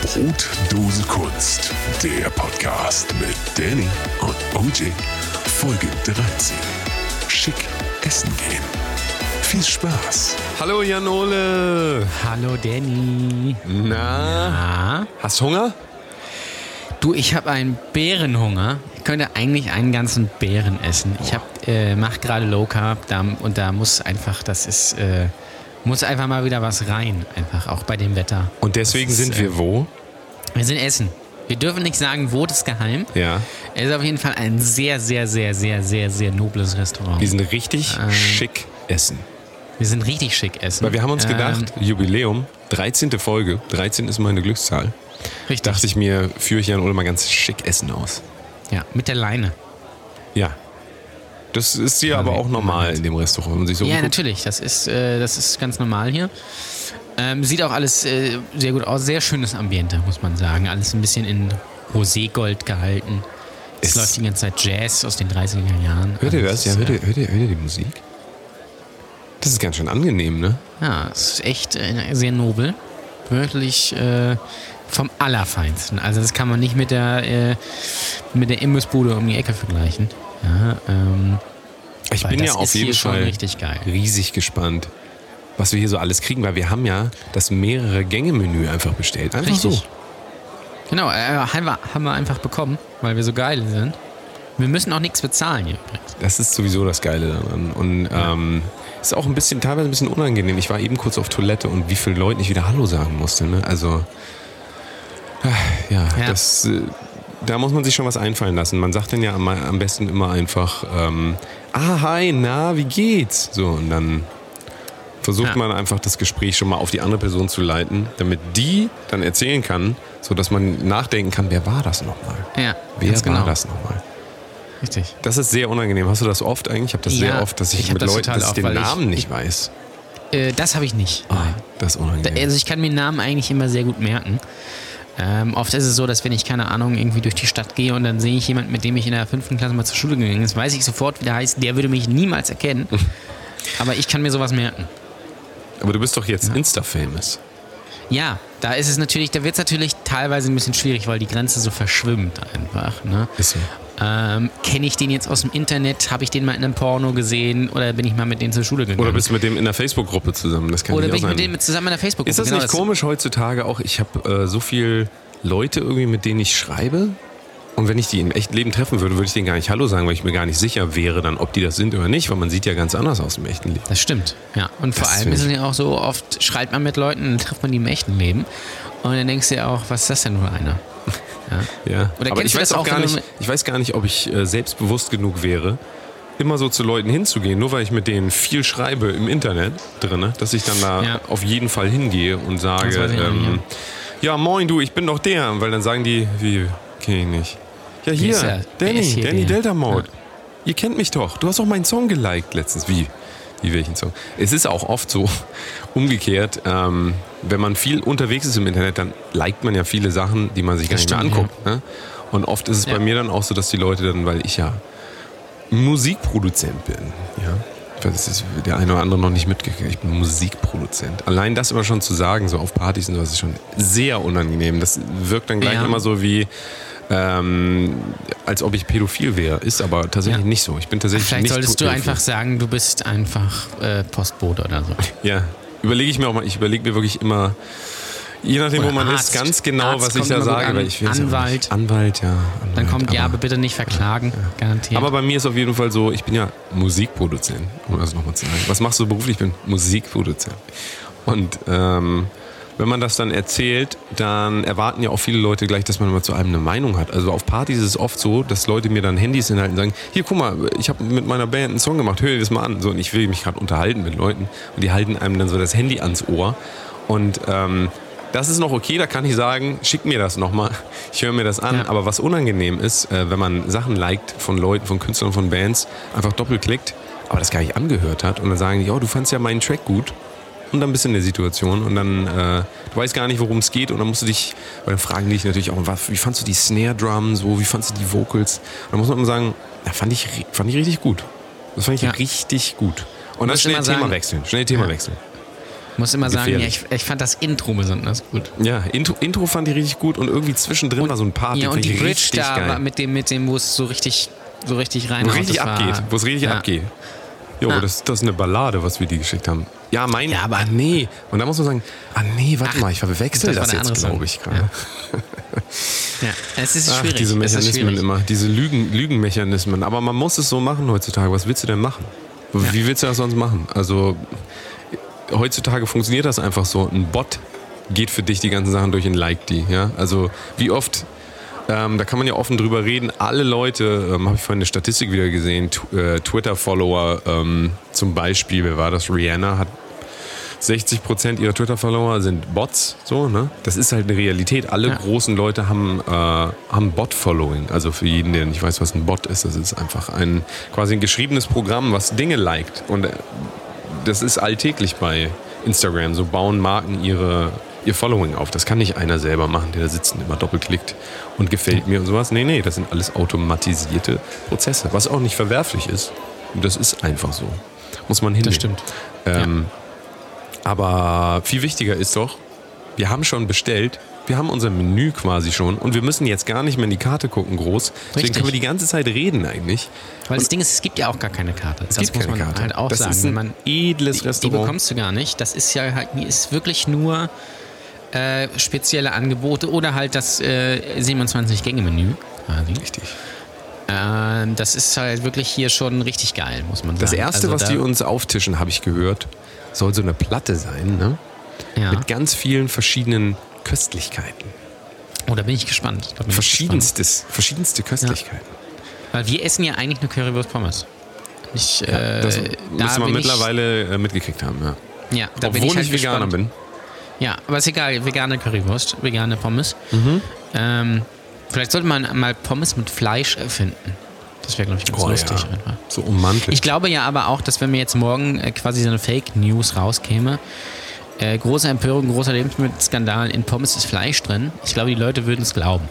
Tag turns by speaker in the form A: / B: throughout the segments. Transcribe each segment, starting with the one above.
A: Brotdose Kunst, der Podcast mit Danny und OJ. Folge 13. Schick essen gehen. Viel Spaß.
B: Hallo Janole.
C: Hallo Danny.
B: Na,
C: Ah,
B: hast Hunger?
C: du, ich habe einen Bärenhunger. Ich könnte eigentlich einen ganzen Bären essen. Ich hab, äh, mache gerade Low Carb da, und da muss einfach, das ist, äh, muss einfach mal wieder was rein. Einfach auch bei dem Wetter.
B: Und deswegen
C: Das ist,
B: sind wir wo?
C: Wir sind Essen. Wir dürfen nicht sagen, wo das ist geheim.
B: Ja.
C: Es ist auf jeden Fall ein sehr, sehr, sehr, sehr, sehr, sehr nobles Restaurant.
B: Wir sind richtig
C: Ähm,
B: schick essen.
C: Wir sind richtig schick essen. Ähm,
B: Weil wir haben uns gedacht, Jubiläum, 13. Folge, 13 ist meine Glückszahl.
C: ähm, richtig.
B: Dachte ich mir, führe ich Janole mal ganz schick essen aus.
C: ja, mit der Leine.
B: Ja. Das ist hier aber auch normal in dem Restaurant, wenn man sich so
C: Ja,
B: umguckt.
C: natürlich. Das ist, äh, das ist ganz normal hier. Ähm, sieht auch alles äh, sehr gut aus. Sehr schönes Ambiente, muss man sagen. Alles ein bisschen in Roségold gehalten.
B: Es-
C: Es läuft die ganze Zeit Jazz aus den 30er Jahren.
B: Hört ihr das?
C: Alles,
B: Ja, hört
C: äh,
B: ihr, hört, ihr, hört ihr die Musik? Das ist ganz schön angenehm, ne?
C: Ja, es ist echt äh, sehr nobel. Wirklich äh, vom Allerfeinsten. Also das kann man nicht mit der, äh, mit der Imbissbude um die Ecke vergleichen. Ja, ähm,
B: Ich
C: weil
B: bin
C: das
B: ja auf
C: ist
B: jeden
C: hier schon
B: Fall
C: richtig geil.
B: riesig gespannt, was wir hier so alles kriegen, weil wir haben ja das mehrere Gänge-Menü einfach bestellt. Einfach
C: Richtig.
B: so.
C: Genau, äh, haben, wir, haben wir einfach bekommen, weil wir so geil sind. Wir müssen auch nichts bezahlen hier übrigens.
B: Das ist sowieso das Geile daran. Und ähm, ist auch ein bisschen, teilweise ein bisschen unangenehm. Ich war eben kurz auf Toilette und wie vielen Leuten ich wieder Hallo sagen musste. Ne? Also, ah, ja,
C: Ja.
B: das. Äh, da muss man sich schon was einfallen lassen. Man sagt dann ja am, am besten immer einfach, ähm, ah, hi, na, wie geht's? So, und dann versucht
C: Ja.
B: man einfach das Gespräch schon mal auf die andere Person zu leiten, damit die dann erzählen kann, sodass man nachdenken kann, wer war das nochmal?
C: Ja,
B: Wer
C: ganz genau.
B: war das nochmal?
C: Richtig.
B: Das ist sehr unangenehm. Hast du das oft eigentlich? Ich habe das sehr
C: Ja,
B: oft, dass ich,
C: ich hab
B: mit
C: das
B: Leuten
C: total
B: dass ich
C: oft,
B: den
C: weil ich-
B: Namen nicht weiß. Ah,
C: Äh, das habe ich nicht.
B: Oh,
C: Nein.
B: Das ist
C: Da-
B: unangenehm.
C: Also ich kann mir Namen eigentlich immer sehr gut merken. Ähm, oft ist es so, dass wenn ich, keine Ahnung, irgendwie durch die Stadt gehe und dann sehe ich jemanden, mit dem ich in der fünften Klasse mal zur Schule gegangen bin, weiß ich sofort, wie der heißt, der würde mich niemals erkennen. Aber ich kann mir sowas merken.
B: Aber du bist doch jetzt Insta-famous.
C: Ja, da ist es natürlich, da wird es natürlich teilweise ein bisschen schwierig, weil die Grenze so verschwimmt einfach. Ne?
B: Ist so.
C: Ähm, Kenne ich den jetzt aus dem Internet? Habe ich den mal in einem Porno gesehen? Oder bin ich mal mit dem zur Schule gegangen?
B: Oder bist du mit dem in der Facebook-Gruppe zusammen? Das kann
C: Oder
B: nicht
C: bin
B: auch
C: ich
B: sein.
C: mit dem zusammen in der Facebook-Gruppe?
B: ist das
C: Genau,
B: nicht komisch heutzutage auch? Ich habe äh, so viele Leute irgendwie, mit denen ich schreibe. Und wenn ich die im echten Leben treffen würde, würde ich denen gar nicht Hallo sagen, weil ich mir gar nicht sicher wäre, dann, ob die das sind oder nicht, weil man sieht ja ganz anders aus im echten Leben.
C: Das stimmt, ja. Und vor
B: Das
C: allem
B: find
C: ist es
B: ich-
C: ja auch so, oft schreibt man mit Leuten, dann trifft man die im echten Leben. Und dann denkst du ja auch, was ist das denn für einer?
B: Ja.
C: Oder
B: Aber
C: kennst
B: ich
C: du
B: weiß
C: das
B: auch
C: auch,
B: gar
C: wenn du
B: nicht, ich weiß gar nicht, ob ich äh, selbstbewusst genug wäre, immer so zu Leuten hinzugehen, nur weil ich mit denen viel schreibe im Internet drinne, dass ich dann da
C: Ja.
B: auf jeden Fall hingehe und sage,
C: Das weiß ich auch
B: ähm,
C: nicht,
B: ja moin du, ich bin doch der, weil dann sagen die, wie kenn ich nicht. Ja hier,
C: ist er? Wer
B: Danny,
C: ist hier
B: Danny
C: der?
B: Delta Mode. Ihr kennt mich doch. Du hast auch meinen Song geliked letztens. Wie? Wie welchen Song? Es ist auch oft so umgekehrt, ähm, wenn man viel unterwegs ist im Internet, dann liked man ja viele Sachen, die man sich gar
C: Das
B: nicht mehr
C: stimmt, ja.
B: anguckt. Ne? Und oft ist es
C: Ja.
B: bei mir dann auch so, dass die Leute dann, weil ich ja Musikproduzent bin, ja, das ist der eine oder andere noch nicht mitgekriegt, ich bin Musikproduzent. Allein das immer schon zu sagen, so auf Partys und sowas, ist schon sehr unangenehm. Das wirkt dann gleich
C: Ja.
B: immer so wie, ähm, als ob ich pädophil wäre. Ist aber tatsächlich
C: Ja.
B: nicht so. Ich bin tatsächlich
C: Vielleicht
B: nicht
C: solltest du
B: pädophil.
C: einfach sagen, du bist einfach äh, Postbote oder so.
B: Ja, überlege ich mir auch mal. Ich überlege mir wirklich immer, je nachdem, wo
C: Oder
B: man ist,
C: Arzt.
B: ganz genau,
C: Arzt
B: was ich
C: kommt
B: da
C: immer gut
B: sage.
C: an.
B: weil ich weiß ja auch nicht.
C: Anwalt.
B: Anwalt, ja. Anwalt,
C: Dann kommt, ja,
B: aber-
C: aber bitte nicht verklagen, garantiert.
B: Aber bei mir ist auf jeden Fall so, ich bin ja Musikproduzent, um das nochmal zu sagen. Was machst du beruflich? Ich bin Musikproduzent. Und ähm, wenn man das dann erzählt, dann erwarten ja auch viele Leute gleich, dass man immer zu einem eine Meinung hat. Also auf Partys ist es oft so, dass Leute mir dann Handys hinhalten und sagen, hier guck mal, ich habe mit meiner Band einen Song gemacht, hör dir das mal an. So, und ich will mich gerade unterhalten mit Leuten und die halten einem dann so das Handy ans Ohr. Und ähm, das ist noch okay, da kann ich sagen, schick mir das nochmal. Ich höre mir das an.
C: Ja.
B: Aber was unangenehm ist, äh, wenn man Sachen liked von Leuten, von Künstlern, von Bands, einfach doppelklickt, aber das gar nicht angehört hat und dann sagen die, oh, du fandst ja meinen Track gut. Und dann bist du in der Situation und dann, äh, du weißt gar nicht, worum es geht und dann musst du dich, weil dann fragen die dich natürlich auch, was- wie fandst du die Snare Drum, so, wie fandst du die Vocals? Und dann muss man immer sagen, na, fand ich, ri- fand ich richtig gut. Das fand ich
C: Ja.
B: richtig gut. Und dann
C: musst
B: schnell
C: immer
B: Thema
C: sagen-
B: wechseln, schnell Thema wechseln.
C: Muss immer sagen, ja,
B: Gefährlich.
C: ich, ich fand das Intro besonders gut.
B: Ja, Intro, Intro fand ich richtig gut und irgendwie zwischendrin war so ein Part,
C: ja,
B: den
C: und
B: fand
C: die
B: ich
C: Bridge
B: richtig
C: da war
B: geil.
C: mit dem, mit dem, wo es so richtig, so richtig rein
B: Wo
C: haut,
B: richtig
C: das war-
B: abgeht, wo es richtig
C: ja.
B: abgeht. Jo,
C: Ja.
B: das, das ist eine Ballade, was wir die geschickt haben. Ja, mein.
C: Ja, aber-
B: ah, nee. Und da muss man sagen, ah nee, warte
C: Ach,
B: mal, ich verwechsel
C: das war
B: das,
C: der
B: jetzt,
C: andere Song.
B: glaube ich, gerade.
C: Ja, es ist
B: Ach,
C: schwierig.
B: diese
C: es ist
B: Mechanismen
C: schwierig.
B: immer, diese Lügen, Lügenmechanismen. Aber man muss es so machen heutzutage. Was willst du denn machen? Wie willst du das sonst machen? Also heutzutage funktioniert das einfach so. Ein Bot geht für dich die ganzen Sachen durch ein Like die. Ja? Also wie oft, ähm, da kann man ja offen drüber reden, alle Leute, ähm, habe ich vorhin eine Statistik wieder gesehen, tw- äh, Twitter-Follower ähm, zum Beispiel, wer war das? Rihanna hat 60 Prozent ihrer Twitter-Follower sind Bots, so, ne? Das ist halt eine Realität. Alle
C: Ja.
B: großen Leute haben, äh, haben Bot-Following. Also für jeden, der nicht weiß, was ein Bot ist, das ist einfach ein quasi ein geschriebenes Programm, was Dinge liked. Und äh, das ist alltäglich bei Instagram. So bauen Marken ihre, ihr Following auf. Das kann nicht einer selber machen, der da sitzt und immer doppelklickt und gefällt mir und sowas. Nee, nee, das sind alles automatisierte Prozesse, was auch nicht verwerflich ist. Das ist einfach so. Muss man hinnehmen.
C: Das stimmt.
B: Ähm, Aber viel wichtiger ist doch, wir haben schon bestellt, wir haben unser Menü quasi schon und wir müssen jetzt gar nicht mehr in die Karte gucken groß. Deswegen
C: Richtig.
B: können wir die ganze Zeit reden eigentlich.
C: Weil das Ding ist, es gibt ja auch gar keine Karte. das
B: gibt
C: muss
B: keine
C: man
B: Karte.
C: halt auch
B: Das
C: sagen.
B: ist ein
C: Wenn man,
B: edles
C: die, die
B: Restaurant.
C: bekommst du gar nicht. Das ist ja halt, die ist wirklich nur äh, spezielle Angebote oder halt das äh, 27-Gänge-Menü. quasi.
B: Richtig.
C: Ähm, das ist halt wirklich hier schon richtig geil, muss man sagen.
B: Das erste,
C: Also
B: was
C: da-
B: die uns auftischen, habe ich gehört, soll so eine Platte sein, ne?
C: ja.
B: Mit ganz vielen verschiedenen Köstlichkeiten.
C: Oh, da bin ich gespannt. Da bin ich
B: Verschiedenstes, verschiedenste Köstlichkeiten.
C: gespannt. Weil wir essen ja eigentlich nur Currywurst-Pommes. Ich, äh,
B: Das
C: da
B: müsste man
C: bin ich-
B: mittlerweile äh, mitgekriegt haben, ja.
C: ja, da
B: Obwohl
C: bin
B: ich,
C: ich, halt
B: Veganer
C: gespannt.
B: bin.
C: Ja, aber ist egal, vegane Currywurst, vegane Pommes.
B: Mhm.
C: Ähm, vielleicht sollte man mal Pommes mit Fleisch erfinden. Das wäre, glaube ich, ganz
B: Oh,
C: lustig.
B: ja.
C: einfach.
B: So ummantelt.
C: Ich glaube ja aber auch, dass wenn mir jetzt morgen äh, quasi so eine Fake News rauskäme, äh, große Empörung, großer Lebensmittelskandal, in Pommes ist Fleisch drin. Ich glaube, die Leute würden es glauben.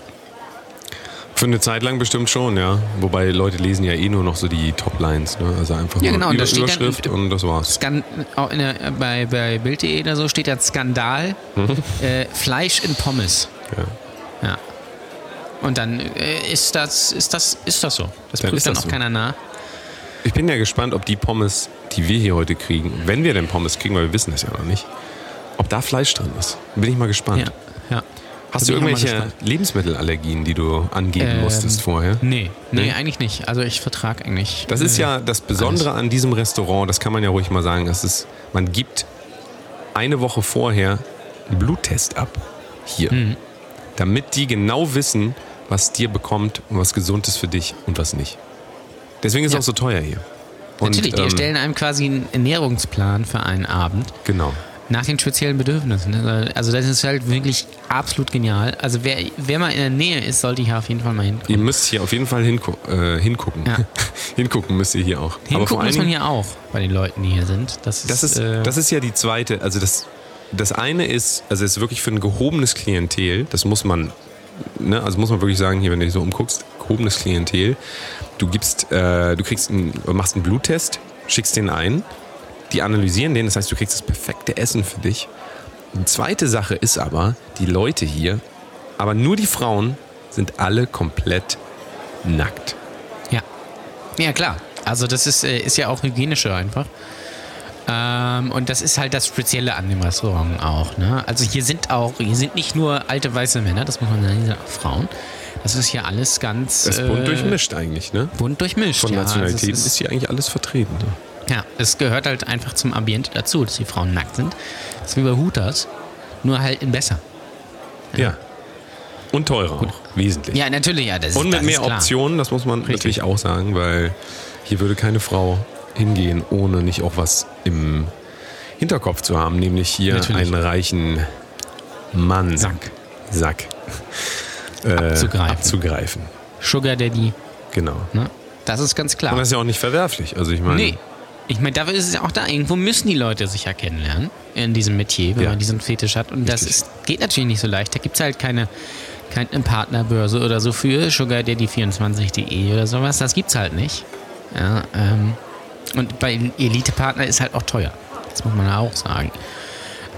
B: Für eine Zeit lang bestimmt schon, ja. Wobei Leute lesen ja eh nur noch so die Toplines, ne? Also einfach
C: Ja,
B: nur
C: genau, und
B: Über
C: da steht dann-
B: Überschrift und das war's.
C: Skan auch in der, äh, bei bei Bild.de oder so steht ja Skandal,
B: Mhm.
C: äh, Fleisch in Pommes.
B: Ja.
C: Ja. Und dann äh, ist das, ist das, ist das so. Das
B: Dann
C: prüft
B: ist
C: dann
B: das
C: auch
B: so.
C: keiner nach.
B: Ich bin ja gespannt, ob die Pommes, die wir hier heute kriegen, wenn wir denn Pommes kriegen, weil wir wissen das ja noch nicht, ob da Fleisch drin ist. Bin ich mal gespannt.
C: Ja. ja.
B: Hast du
C: Bin ich auch mal
B: irgendwelche
C: gespannt.
B: Lebensmittelallergien, die du angeben
C: Ähm,
B: musstest vorher?
C: Nee, nee,
B: Nee?
C: eigentlich nicht. Also ich vertrag eigentlich.
B: Das ist
C: äh,
B: ja das Besondere an diesem Restaurant, das kann man ja ruhig mal sagen. Das ist, man gibt eine Woche vorher einen Bluttest ab. Hier.
C: Mhm.
B: Damit die genau wissen, was dir bekommt und was gesund ist für dich und was nicht. Deswegen ist es
C: Ja.
B: auch so teuer hier. Und,
C: Natürlich, die
B: ähm,
C: erstellen einem quasi einen Ernährungsplan für einen Abend
B: Genau.
C: nach den speziellen Bedürfnissen. ne? Also das ist halt wirklich absolut genial. Also wer, wer mal in der Nähe ist, sollte hier auf jeden Fall mal hinkommen.
B: Ihr müsst hier auf jeden Fall hingu äh, hingucken.
C: Ja.
B: hingucken müsst ihr hier auch. Aber vor
C: Hingucken muss
B: allen
C: man
B: Dingen-
C: hier auch bei den Leuten, die hier sind. Das ist,
B: Das ist,
C: äh,
B: das ist ja die zweite. Also das, das eine ist, also es ist wirklich für ein gehobenes Klientel, das muss man, ne, also muss man wirklich sagen, hier, wenn du dich so umguckst, gehobenes Klientel, du gibst, äh, du kriegst einen, machst einen Bluttest, schickst den ein, die analysieren den, das heißt, du kriegst das perfekte Essen für dich. Die zweite Sache ist aber, die Leute hier, aber nur die Frauen, sind alle komplett nackt.
C: ja. ja, klar. Also das ist, äh, ist ja auch hygienischer einfach. Ähm, und das ist halt das Spezielle an dem Restaurant auch. Ne? Also hier sind auch, hier sind nicht nur alte weiße Männer, das muss man sagen, hier sind auch Frauen. Das ist hier alles ganz
B: Das ist bunt
C: äh,
B: durchmischt eigentlich, ne?
C: bunt durchmischt.
B: Von
C: ja. Also es
B: Nationalitäten
C: ist-
B: ist hier eigentlich alles vertreten. Ne?
C: Ja, es gehört halt einfach zum Ambiente dazu, dass die Frauen nackt sind. Das ist wie bei Hooters, nur halt in besser.
B: Ja. Und teurer auch, wesentlich.
C: Ja, natürlich, ja, das ist
B: Und
C: das
B: mit mehr
C: ist klar.
B: Optionen, das muss man natürlich auch sagen, weil hier würde keine Frau hingehen, ohne nicht auch was im Hinterkopf zu haben, nämlich hier
C: Natürlich.
B: einen reichen Mann.
C: Sack.
B: Sack. Äh,
C: Abzugreifen.
B: abzugreifen.
C: Sugar Daddy,
B: Genau.
C: ne? Das ist ganz
B: Und
C: klar.
B: das ist ja auch nicht verwerflich. Also ich meine,
C: Nee. Ich meine, dafür ist es ja auch da. Irgendwo müssen die Leute sich ja kennenlernen in diesem Metier, wenn
B: Ja.
C: man diesen Fetisch hat. Und das
B: Richtig.
C: ist, geht natürlich nicht so leicht. Da gibt es halt keine, keine Partnerbörse oder so für sugardaddy24.de oder sowas. Das gibt's halt nicht. Ja, ähm, und bei Elite-Partner ist halt auch teuer. Das muss man ja auch sagen.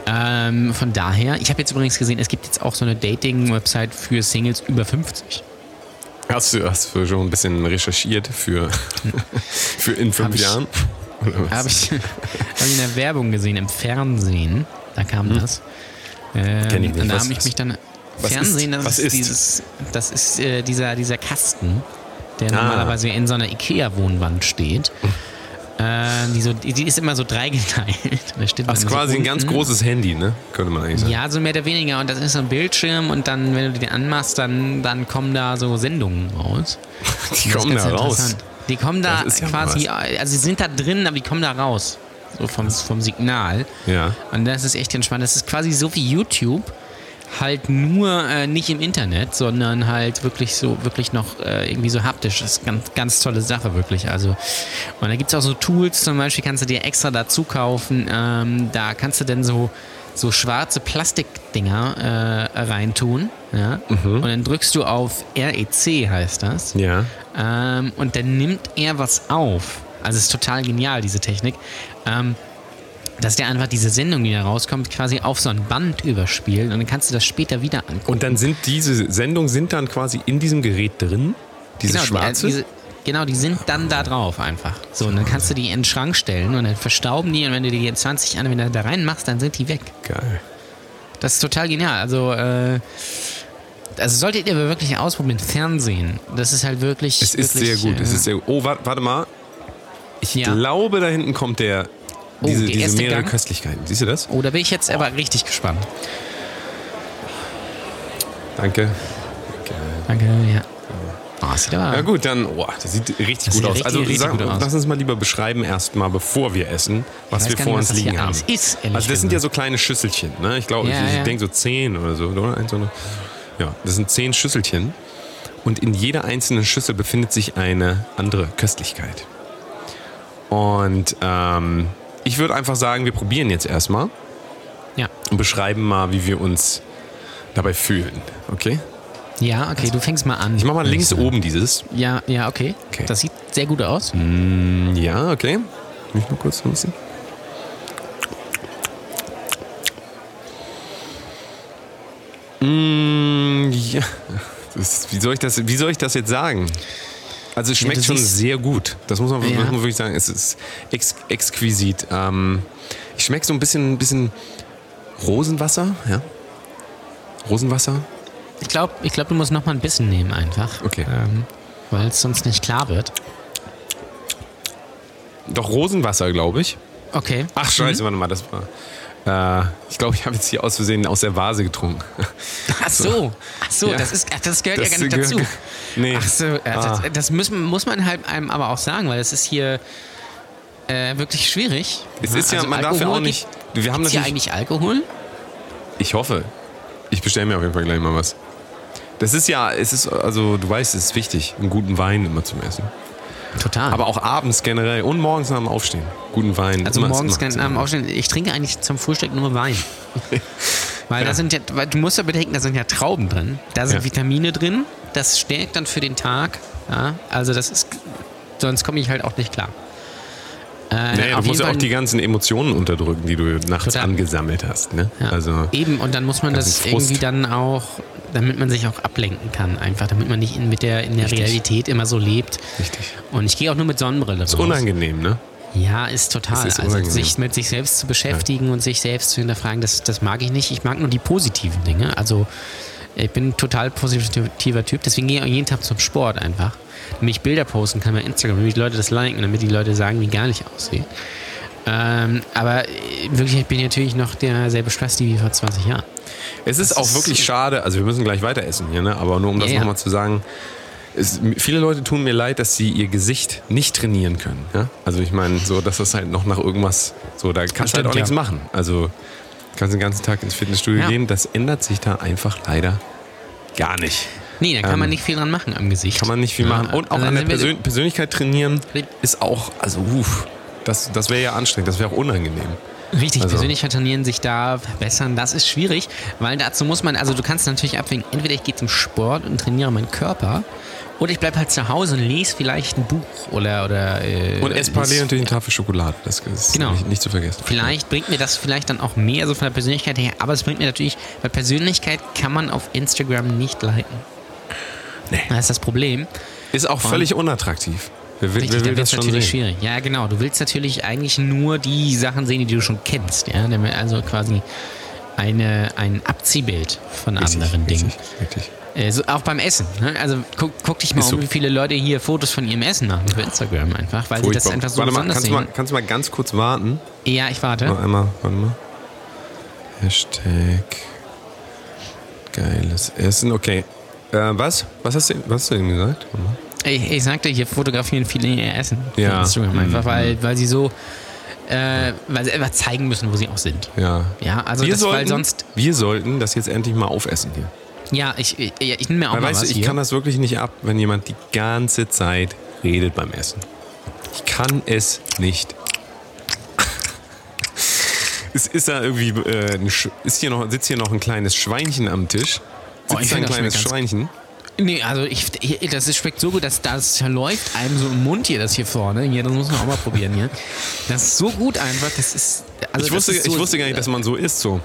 C: Ähm, von daher, ich habe jetzt übrigens gesehen, es gibt jetzt auch so eine Dating-Website für Singles über 50.
B: Hast du, hast du schon ein bisschen recherchiert für, für in fünf
C: Hab ich-
B: Jahren? Oder was?
C: Habe ich, hab ich in der Werbung gesehen, im Fernsehen. Da kam das. Ähm,
B: Hm. Kenn ich nicht.
C: Und da
B: Was-
C: habe ich mich dann.
B: was
C: Fernsehen,
B: ist-
C: das
B: was
C: ist,
B: ist?
C: dieses. Das ist äh, dieser, dieser Kasten, der
B: Ah.
C: normalerweise in so einer IKEA-Wohnwand steht. Äh, die, so, die die ist immer so dreigeteilt. Da steht
B: Das ist
C: dann so
B: quasi ein ganz
C: unten.
B: großes Handy, ne? Könnte man eigentlich sagen.
C: Ja, so mehr oder weniger. Und das ist so ein Bildschirm und dann, wenn du den anmachst, dann, dann kommen da so Sendungen raus.
B: Die
C: Das ist
B: kommen
C: ganz
B: da raus.
C: interessant. Die kommen da
B: Das ist ja
C: quasi, also sie sind da drin, aber die kommen da raus. So vom, vom Signal.
B: Ja.
C: Und das ist echt entspannt. Das ist quasi so wie YouTube, halt nur äh, nicht im Internet, sondern halt wirklich so, wirklich noch äh, irgendwie so haptisch. Das ist ganz, ganz tolle Sache, wirklich. Also, und da gibt es auch so Tools, zum Beispiel kannst du dir extra dazu kaufen. Ähm, da kannst du dann so, so schwarze Plastikdinger äh, reintun. Ja?
B: Mhm.
C: Und dann drückst du auf REC, heißt das.
B: Ja.
C: Ähm, und dann nimmt er was auf. Also es ist total genial, diese Technik. Ähm, dass der einfach diese Sendung, die da rauskommt, quasi auf so ein Band überspielt und dann kannst du das später wieder angucken.
B: Und dann sind diese Sendungen sind dann quasi in diesem Gerät drin. Diese
C: genau,
B: schwarze.
C: Die, äh, diese, genau, die sind dann da drauf einfach. So, und dann kannst du die in den Schrank stellen und dann verstauben die und wenn du die in 20 Anwender da reinmachst, dann sind die weg.
B: Geil.
C: Das ist total genial. Also, äh, also solltet ihr aber wirklich ausprobieren, Fernsehen. Das ist halt wirklich.
B: Es ist
C: wirklich,
B: sehr gut. Es
C: äh,
B: ist sehr gut. Oh, warte, warte mal. Ich
C: Ja.
B: glaube, da hinten kommt der.
C: Oh,
B: Diese,
C: der
B: diese
C: erste
B: mehrere
C: Gang.
B: Köstlichkeiten. Siehst du das?
C: oh, da bin ich jetzt aber richtig gespannt.
B: Danke.
C: Danke, ja. Oh, sieht aber
B: Na gut, dann. Oh, das sieht richtig
C: Das
B: gut
C: sieht
B: aus.
C: richtig,
B: also
C: richtig
B: sag,
C: gut aus.
B: lass uns mal lieber beschreiben erstmal, bevor wir essen, was
C: weiß
B: wir
C: gar
B: vor
C: nicht,
B: uns
C: was das hier
B: liegen haben.
C: alles ist, ehrlich
B: also das sind
C: gesagt.
B: ja so kleine Schüsselchen. Ne? Ich glaube,
C: Ja,
B: ich, ich
C: ja.
B: denke so zehn oder so, oder? Eins, oder? Ja, das sind zehn Schüsselchen. Und in jeder einzelnen Schüssel befindet sich eine andere Köstlichkeit. Und ähm, ich würde einfach sagen, wir probieren jetzt erstmal
C: Ja.
B: und beschreiben mal, wie wir uns dabei fühlen. Okay?
C: ja, okay, du fängst mal an.
B: Ich mache mal links
C: Ja.
B: oben dieses.
C: Ja, ja, okay.
B: Okay. Hm.
C: Das sieht sehr gut aus.
B: Ja, okay. Mich mal kurz nutzen. Mm, ja. Das, wie, soll ich das, wie soll ich das jetzt sagen? Also es schmeckt
C: du
B: schon
C: siehst-
B: sehr gut. Das muss man,
C: Ja.
B: muss man wirklich sagen. Es ist ex exquisit. Ähm, ich schmecke so ein bisschen, ein bisschen Rosenwasser. Ja? Rosenwasser.
C: Ich glaube, ich glaub, du musst noch mal ein bisschen nehmen einfach.
B: Okay.
C: Ähm, Weil es sonst nicht klar wird.
B: Doch Rosenwasser, glaube ich.
C: Okay. Hm?
B: Ach scheiße, warte mal, das war... Äh, ich glaube, ich habe jetzt hier aus Versehen aus der Vase getrunken.
C: Ach so. Ach so,
B: Ja.
C: das, ist, ach, das gehört
B: Das
C: ja gar nicht
B: gehört-
C: dazu.
B: Nee.
C: Ach so, ja, das, äh,
B: Ah.
C: das muss, man- muss man halt einem aber auch sagen, weil das ist hier äh, wirklich schwierig.
B: Es ist ja,
C: Also
B: man darf ja
C: Alkohol
B: auch nicht. Wir haben
C: Gibt, gibt's hier
B: natürlich.
C: eigentlich Alkohol?
B: Ich hoffe. Ich bestelle mir auf jeden Fall gleich mal was. Das ist ja, es ist, also du weißt, es ist wichtig, einen guten Wein immer zum Essen.
C: Total.
B: Aber auch abends generell und morgens nach dem Aufstehen. Guten Wein.
C: Also
B: immer,
C: morgens
B: immer,
C: kann
B: immer.
C: am Aufstehen. Ich trinke eigentlich zum Frühstück nur Wein. weil da sind ja, weil du musst ja bedenken, da sind ja Trauben drin. Da sind
B: Ja.
C: Vitamine drin. Das stärkt dann für den Tag. Ja, also das ist. Sonst komme ich halt auch nicht klar. Äh,
B: Nee, du
C: auf
B: musst
C: jeden
B: ja auch
C: Fall-
B: die ganzen Emotionen unterdrücken, die du nachts
C: Total.
B: angesammelt hast. Ne?
C: ja,
B: Also
C: Eben, und dann muss man
B: ganzen
C: das
B: Frust.
C: irgendwie dann auch, damit man sich auch ablenken kann, einfach, damit man nicht in, mit der, in der
B: Richtig.
C: Realität immer so lebt.
B: richtig.
C: Und ich gehe auch nur mit Sonnenbrille raus.
B: Ist unangenehm, ne?
C: Ja, ist total.
B: Es ist
C: also
B: unangenehm.
C: sich mit sich selbst zu beschäftigen und sich selbst zu hinterfragen, das, das mag ich nicht. Ich mag nur die positiven Dinge. Also ich bin ein total positiver Typ, deswegen gehe ich auch jeden Tag zum Sport einfach. Damit ich Bilder posten kann bei Instagram, damit die Leute das liken, damit die Leute sagen, wie gar nicht aussehe. Ähm, aber in Wirklichkeit bin ich natürlich noch derselbe Spasti wie vor 20 Jahren.
B: Es ist
C: Das
B: auch
C: ist-
B: wirklich schade, also wir müssen gleich weiter essen hier, ne? aber nur um das
C: Ja, ja.
B: nochmal zu sagen, es, viele Leute tun mir leid, dass sie ihr Gesicht nicht trainieren können. Ja? Also ich meine, so, dass das halt noch nach irgendwas, so, da kannst du halt
C: stimmt,
B: auch nichts
C: ja.
B: machen. Also kannst den ganzen Tag ins Fitnessstudio
C: Ja.
B: gehen, das ändert sich da einfach leider gar nicht.
C: Nee, da kann
B: Ähm,
C: man nicht viel dran machen am Gesicht.
B: Kann man nicht viel
C: Ja,
B: machen. Und auch
C: also
B: an der
C: sind wir-
B: Persön Persönlichkeit trainieren
C: Ri-
B: ist auch, also uff, das, das wäre ja anstrengend, das wäre auch unangenehm.
C: Richtig,
B: Also-
C: persönliche Turnieren sich da verbessern, das ist schwierig, weil dazu muss man, also du kannst natürlich abwägen, entweder ich gehe zum Sport und trainiere meinen Körper oder ich bleibe halt zu Hause und lese vielleicht ein Buch oder... oder äh,
B: Und ess parallel natürlich eine Tafel Schokolade. Das ist
C: Genau.
B: nicht, nicht zu vergessen.
C: Vielleicht bringt mir das vielleicht dann auch mehr, so von der Persönlichkeit her, aber es bringt mir natürlich, weil Persönlichkeit kann man auf Instagram nicht leiten.
B: Nee.
C: Das ist das Problem.
B: Ist auch völlig unattraktiv. Wer will,
C: Richtig,
B: wer will
C: dann wird
B: das
C: es
B: schon sehen?
C: natürlich schwierig. Ja, genau. Du willst natürlich eigentlich nur die Sachen sehen, die du schon kennst. Ja? Damit Also quasi eine, ein Abziehbild von
B: Richtig,
C: anderen Dingen.
B: richtig, Richtig.
C: Äh, so, auch beim Essen. Ne? Also guck, guck dich mal
B: Ist
C: um,
B: so.
C: wie viele Leute hier Fotos von ihrem Essen machen über Instagram einfach, weil sie das
B: Furchtbar.
C: einfach so
B: warte mal,
C: besonders
B: kannst du
C: sehen.
B: mal, kannst du mal ganz kurz warten?
C: Ja, ich warte.
B: Noch einmal, warte mal. Hashtag geiles Essen. Okay. Äh, was? Was hast du, was hast du eben gesagt? Warte mal.
C: Ich, ich sagte, hier fotografieren viele ihr Essen. auf
B: Ja.
C: Instagram
B: Mhm.
C: einfach, weil, weil sie so, äh, weil sie einfach zeigen müssen, wo sie auch sind.
B: Ja.
C: Ja, also
B: wir,
C: das,
B: sollten,
C: weil sonst,
B: wir sollten das jetzt endlich mal aufessen hier.
C: ja, ich, ich, ja, ich nehme mir auch
B: Weil
C: mal
B: weißt
C: was
B: du, ich
C: hier.
B: kann das wirklich nicht ab, wenn jemand die ganze Zeit redet beim Essen. Ich kann es nicht. Es ist da irgendwie, äh, ein Sch- ist hier noch, sitzt hier noch ein kleines Schweinchen am Tisch.
C: Oh,
B: Sitzt
C: ich
B: da ein
C: find das
B: kleines
C: schmeckt
B: Schweinchen.
C: nee, also ich, ich, das ist, schmeckt so gut, dass das läuft einem so im Mund hier, das hier vorne. Hier, das muss man auch mal probieren hier. Das ist so gut einfach, das ist, also
B: ich,
C: das
B: wusste,
C: ist so,
B: ich wusste gar nicht, dass man so isst so.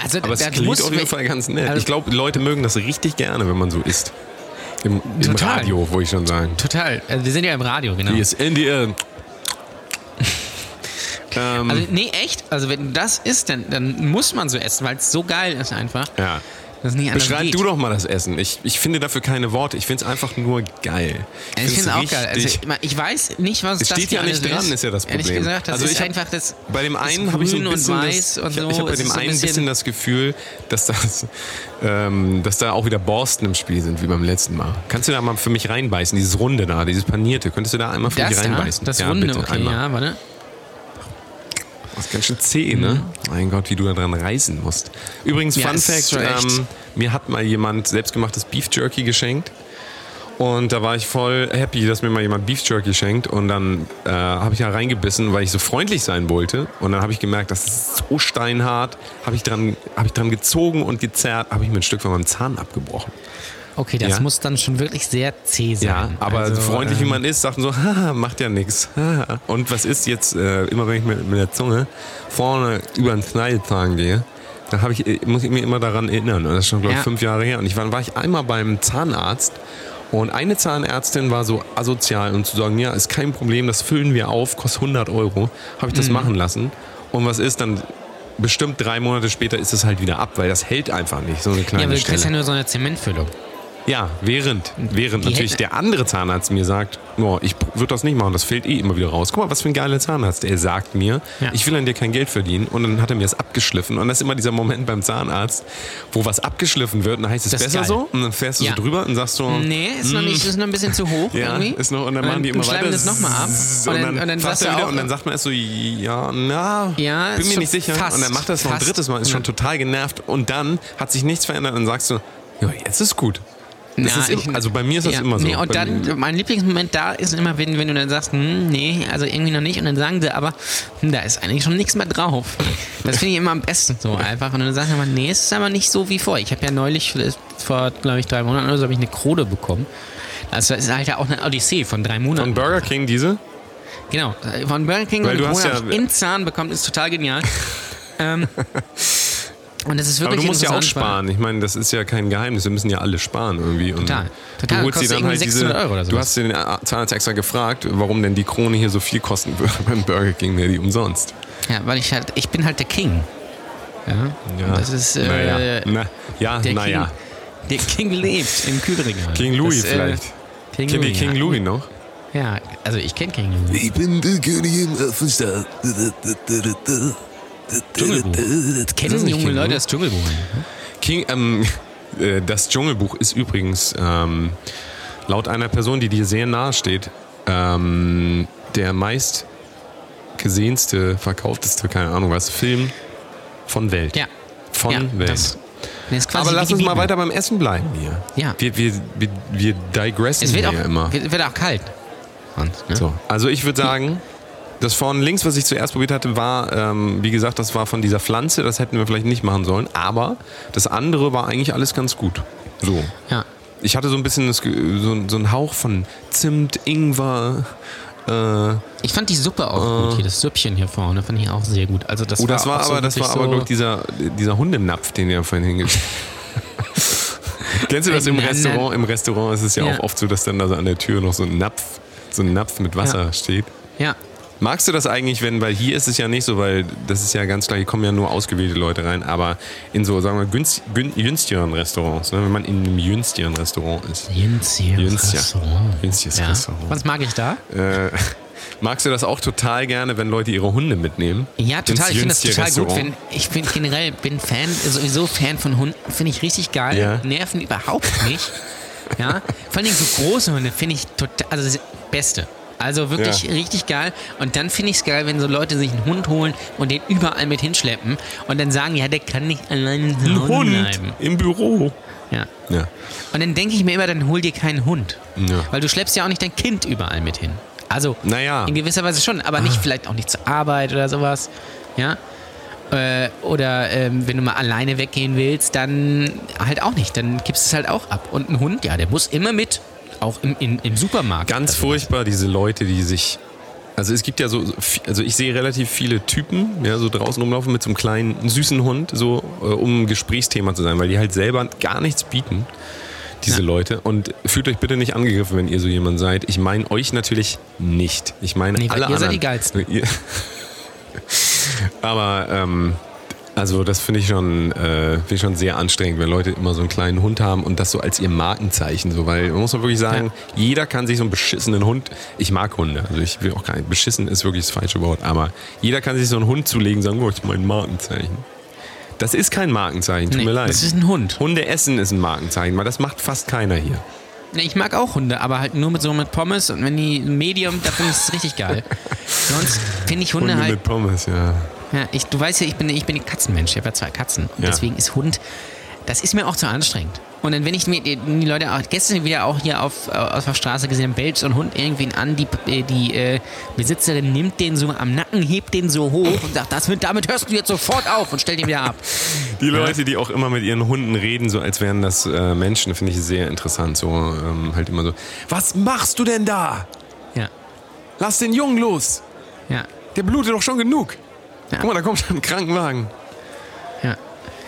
C: also,
B: Aber es
C: da- du
B: klingt
C: musst-
B: auf jeden Fall ganz nett.
C: also-
B: ich glaube, Leute mögen das richtig gerne, wenn man so isst. Im, im
C: Total.
B: Radio, wo ich schon sagen.
C: Total, also, wir sind ja im Radio, genau.
B: Yes, in the air. ähm,
C: Also, nee, echt, also wenn das ist, dann, dann muss man so essen, weil es so geil ist einfach.
B: ja.
C: Das ist nicht anders
B: Beschreib
C: geht.
B: du doch mal das Essen. Ich, ich finde dafür keine Worte. Ich finde es einfach nur geil.
C: Ja, Ich finde es auch geil. Also,
B: richtig-
C: ich mein, ich weiß nicht, was
B: Es
C: das
B: steht ja
C: hier alles
B: nicht dran, ist ja das
C: Ehrlich
B: Problem.
C: gesagt, das
B: Also
C: ist
B: ich hab-
C: einfach das.
B: bei dem
C: das
B: einen habe ich so ein
C: Grün
B: bisschen
C: und weiß
B: das,
C: und
B: ich
C: so.
B: hab- ich habe bei
C: Es
B: dem
C: ist so
B: einen ein bisschen
C: bisschen
B: das Gefühl, dass das, ähm, dass da auch wieder Borsten im Spiel sind wie beim letzten Mal. Kannst du da mal für mich reinbeißen? Dieses runde da, dieses panierte. Könntest du da einmal für mich
C: das, da,
B: reinbeißen?
C: das
B: ja,
C: Runde,
B: bitte,
C: okay,
B: einmal.
C: ja, warte.
B: Das ist ganz schön zäh, ne? Mein Gott, wie du da dran reißen musst. Übrigens,
C: Ja,
B: Fun
C: ist
B: Fact:
C: schon echt.
B: ähm, Mir hat mal jemand selbstgemachtes Beef Jerky geschenkt. Und da war ich voll happy, dass mir mal jemand Beef Jerky schenkt. Und dann äh, habe ich da reingebissen, weil ich so freundlich sein wollte. Und dann habe ich gemerkt, das ist so steinhart. Habe ich, dran- hab ich dran gezogen und gezerrt, habe ich mir ein Stück von meinem Zahn abgebrochen.
C: Okay, das
B: Ja.
C: muss dann schon wirklich sehr zäh sein.
B: Ja, aber
C: Also,
B: so freundlich
C: ähm,
B: wie man ist, sagt man so, haha, macht ja nichts. Und was ist jetzt, äh, immer wenn ich mit, mit der Zunge vorne über den Schneidezahn gehe, da hab ich, äh, muss ich mich immer daran erinnern. Und das ist schon, glaube ich,
C: Ja.
B: fünf Jahre her. Und ich war, war ich einmal beim Zahnarzt und eine Zahnärztin war so asozial und zu sagen, ja, ist kein Problem, das füllen wir auf, kostet 100 Euro. Habe ich
C: Mhm.
B: das machen lassen. Und was ist dann? Bestimmt drei Monate später ist es halt wieder ab, weil das hält einfach nicht, so eine kleine
C: Ja, aber du
B: Stelle.
C: kriegst ja nur so eine Zementfüllung.
B: Ja, während, während
C: Die
B: natürlich
C: hätten-
B: der andere Zahnarzt mir sagt, boah, ich würde das nicht machen, das fällt eh immer wieder raus. Guck mal, was für ein geiler Zahnarzt. Er sagt mir,
C: Ja.
B: ich will an dir kein Geld verdienen und dann hat er mir das abgeschliffen. Und das ist immer dieser Moment beim Zahnarzt, wo was abgeschliffen wird und dann heißt es
C: Das ist
B: besser
C: geil.
B: so und dann fährst du
C: Ja.
B: so drüber und sagst so,
C: Nee, ist noch nicht, ist noch ein bisschen zu hoch
B: Hm. ja,
C: irgendwie.
B: ist noch, und dann machen die immer weiter.
C: schleimen das nochmal ab.
B: zzz,
C: Und dann, und dann
B: fasst
C: sagst
B: er
C: du
B: wieder
C: auch,
B: und dann sagt man erst so, ja, na,
C: Ja,
B: bin
C: ist
B: mir
C: schon
B: nicht sicher.
C: fast,
B: und dann macht er es noch ein
C: fast.
B: drittes Mal, ist schon
C: Ja.
B: total genervt. Und dann hat sich nichts verändert und dann sagst du, ja, jetzt ist gut. Das
C: Ja,
B: ist im-
C: ich-
B: also bei mir ist das
C: ja,
B: immer so.
C: Nee, und
B: Bei-
C: dann, mein Lieblingsmoment da ist immer, wenn, wenn du dann sagst, hm, nee, also irgendwie noch nicht. Und dann sagen sie aber, hm, da ist eigentlich schon nichts mehr drauf. Das finde ich immer am besten so einfach. Und dann sagen sie aber, nee, es ist aber nicht so wie vor. Ich habe ja neulich, äh, vor, glaube ich, drei Monaten oder so, habe ich eine Krone bekommen. Also das ist halt ja auch eine Odyssee von drei
B: Von
C: Monaten.
B: Burger King diese?
C: Genau, äh, von Burger King
B: Weil
C: und
B: du hast
C: Corona
B: ja-
C: hab ich im Zahn bekommen, ist total genial. ähm, und das ist
B: Aber
C: wirklich
B: du musst ja auch
C: interessant, weil-
B: sparen. Ich meine, das ist ja kein Geheimnis. Wir müssen ja alle sparen irgendwie. Und
C: Total. Total.
B: Du holst dir
C: Kostet
B: dann halt
C: irgendwie
B: diese.
C: 600 Euro oder
B: du
C: sowas.
B: hast den äh, Zahnarzt extra gefragt, warum denn die Krone hier so viel kosten würde. Beim Burger King wäre die umsonst.
C: Ja, weil ich halt, ich bin halt der King. Ja, Und das ist äh,
B: naja. Na, ja,
C: der
B: naja.
C: King. Der King lebt im Kübringen.
B: King Louis
C: Das, äh,
B: vielleicht.
C: King
B: Kennt ihr
C: Louis,
B: King
C: ja.
B: Louis noch?
C: Ja, also ich kenne King Louis.
D: Ich bin der König im Affenstab.
C: Dschungelbuch. Kennen
B: nicht
C: junge
B: King
C: Leute
B: Louis?
C: das Dschungelbuch?
B: King, ähm, äh, das Dschungelbuch ist übrigens ähm, laut einer Person, die dir sehr nahe steht, ähm, der meist gesehenste, verkaufteste, keine Ahnung was, Film von Welt.
C: Ja.
B: Von
C: ja,
B: Welt.
C: Das, das ist quasi
B: Aber
C: wie
B: lass
C: die
B: uns mal
C: Bibel.
B: weiter beim Essen bleiben hier.
C: Ja.
B: Wir, wir, wir, wir digressen
C: Es wird
B: hier
C: auch,
B: immer.
C: wird, wird auch kalt. Sonst, ne?
B: So. Also ich würde sagen, Das von links, was ich zuerst probiert hatte, war, ähm, wie gesagt, das war von dieser Pflanze. Das hätten wir vielleicht nicht machen sollen. Aber das andere war eigentlich alles ganz gut. So.
C: Ja.
B: Ich hatte so ein bisschen das, Ge- so, so einen Hauch von Zimt, Ingwer. Äh,
C: Ich fand die Suppe auch gut hier, das Süppchen hier vorne fand ich auch sehr gut. Also das
B: oh, das war,
C: auch so
B: aber, das war
C: wirklich
B: aber
C: so
B: glaube ich, dieser, dieser Hundenapf, den ihr vorhin hingestellt Kennst du das im
C: Nein, nein.
B: Restaurant? Im Restaurant ist es ja,
C: Ja.
B: auch oft so, dass dann da so an der Tür noch so ein Napf, so ein Napf mit Wasser
C: Ja.
B: steht.
C: Ja,
B: Magst du das eigentlich, wenn, weil hier ist es ja nicht so, weil das ist ja ganz klar, hier kommen ja nur ausgewählte Leute rein, aber in so, sagen wir, günst, gün, günstigeren Restaurants, ne, wenn man in einem günstigeren Restaurant ist.
C: Jünzier.
B: Jünzier.
C: Restaurant.
B: Günstiges
C: Ja.
B: Restaurant.
C: Was mag ich da?
B: Äh, magst du das auch total gerne, wenn Leute ihre Hunde mitnehmen?
C: Ja, total. Ich finde das
B: Ins
C: total gut.
B: Restaurant?
C: Wenn, ich bin generell bin Fan, sowieso Fan von Hunden. Finde ich richtig geil.
B: Ja.
C: Nerven überhaupt nicht. Ja. Vor allen Dingen so große Hunde finde ich total, also das Beste. Also wirklich
B: Ja.
C: richtig geil. Und dann finde ich es geil, wenn so Leute sich einen Hund holen und den überall mit hinschleppen und dann sagen, ja, der kann nicht allein zu
B: Ein
C: Hause
B: Hund
C: bleiben.
B: im Büro.
C: Ja.
B: Ja.
C: Und dann denke ich mir immer, dann hol dir keinen Hund.
B: Ja.
C: Weil du schleppst ja auch nicht dein Kind überall mit hin. Also
B: Naja.
C: in gewisser Weise schon, aber
B: Ah.
C: nicht vielleicht auch nicht zur Arbeit oder sowas. Ja. Äh, oder ähm, wenn du mal alleine weggehen willst, dann halt auch nicht. Dann gibst du es halt auch ab. Und ein Hund, ja, der muss immer mit. Auch im, in, im Supermarkt.
B: Ganz
C: Also,
B: furchtbar, diese Leute, die sich. Also es gibt ja so, so vi- also ich sehe relativ viele Typen, ja, so draußen rumlaufen mit so einem kleinen, süßen Hund, so äh, um ein Gesprächsthema zu sein, weil die halt selber gar nichts bieten, diese
C: Ja.
B: Leute. Und fühlt euch bitte nicht angegriffen, wenn ihr so jemand seid. Ich meine euch natürlich nicht. Ich meine
C: Nee, weil
B: alle
C: ihr
B: anderen.
C: seid die Geilsten.
B: Ihr- Aber ähm, also das finde ich schon, äh, finde ich schon sehr anstrengend, wenn Leute immer so einen kleinen Hund haben und das so als ihr Markenzeichen so, weil man muss mal wirklich sagen, jeder kann sich so einen beschissenen Hund, ich mag Hunde, also ich will auch gar nicht, beschissen ist wirklich das falsche Wort, aber jeder kann sich so einen Hund zulegen und sagen, oh, das ist mein Markenzeichen. Das ist kein Markenzeichen, tut
C: Nee,
B: mir leid.
C: Das ist ein Hund.
B: Hunde essen ist ein Markenzeichen, weil das macht fast keiner hier.
C: Nee, Ich mag auch Hunde, aber halt nur mit so mit Pommes und wenn die Medium, da finde ich es richtig geil. Sonst finde ich Hunde,
B: Hunde
C: halt
B: mit Pommes, ja.
C: Ja, ich, du weißt ja, ich bin, ich bin ein Katzenmensch. Ich habe ja zwei Katzen. Und
B: Ja.
C: deswegen ist Hund, das ist mir auch zu anstrengend. Und dann, wenn ich mir die die Leute auch gestern wieder auch hier auf, äh, auf der Straße gesehen, bellt so ein Hund irgendwen an, die, äh, die äh, Besitzerin nimmt den so am Nacken, hebt den so hoch und sagt, das mit, damit hörst du jetzt sofort auf und stellt ihn wieder ab.
B: Die Leute, die auch immer mit ihren Hunden reden, so als wären das äh, Menschen, finde ich sehr interessant. So ähm, halt immer so, was machst du denn da?
C: Ja,
B: Lass den Jungen los.
C: ja,
B: Der blutet doch schon genug.
C: Ja.
B: Guck mal, da kommt schon ein Krankenwagen.
C: ja.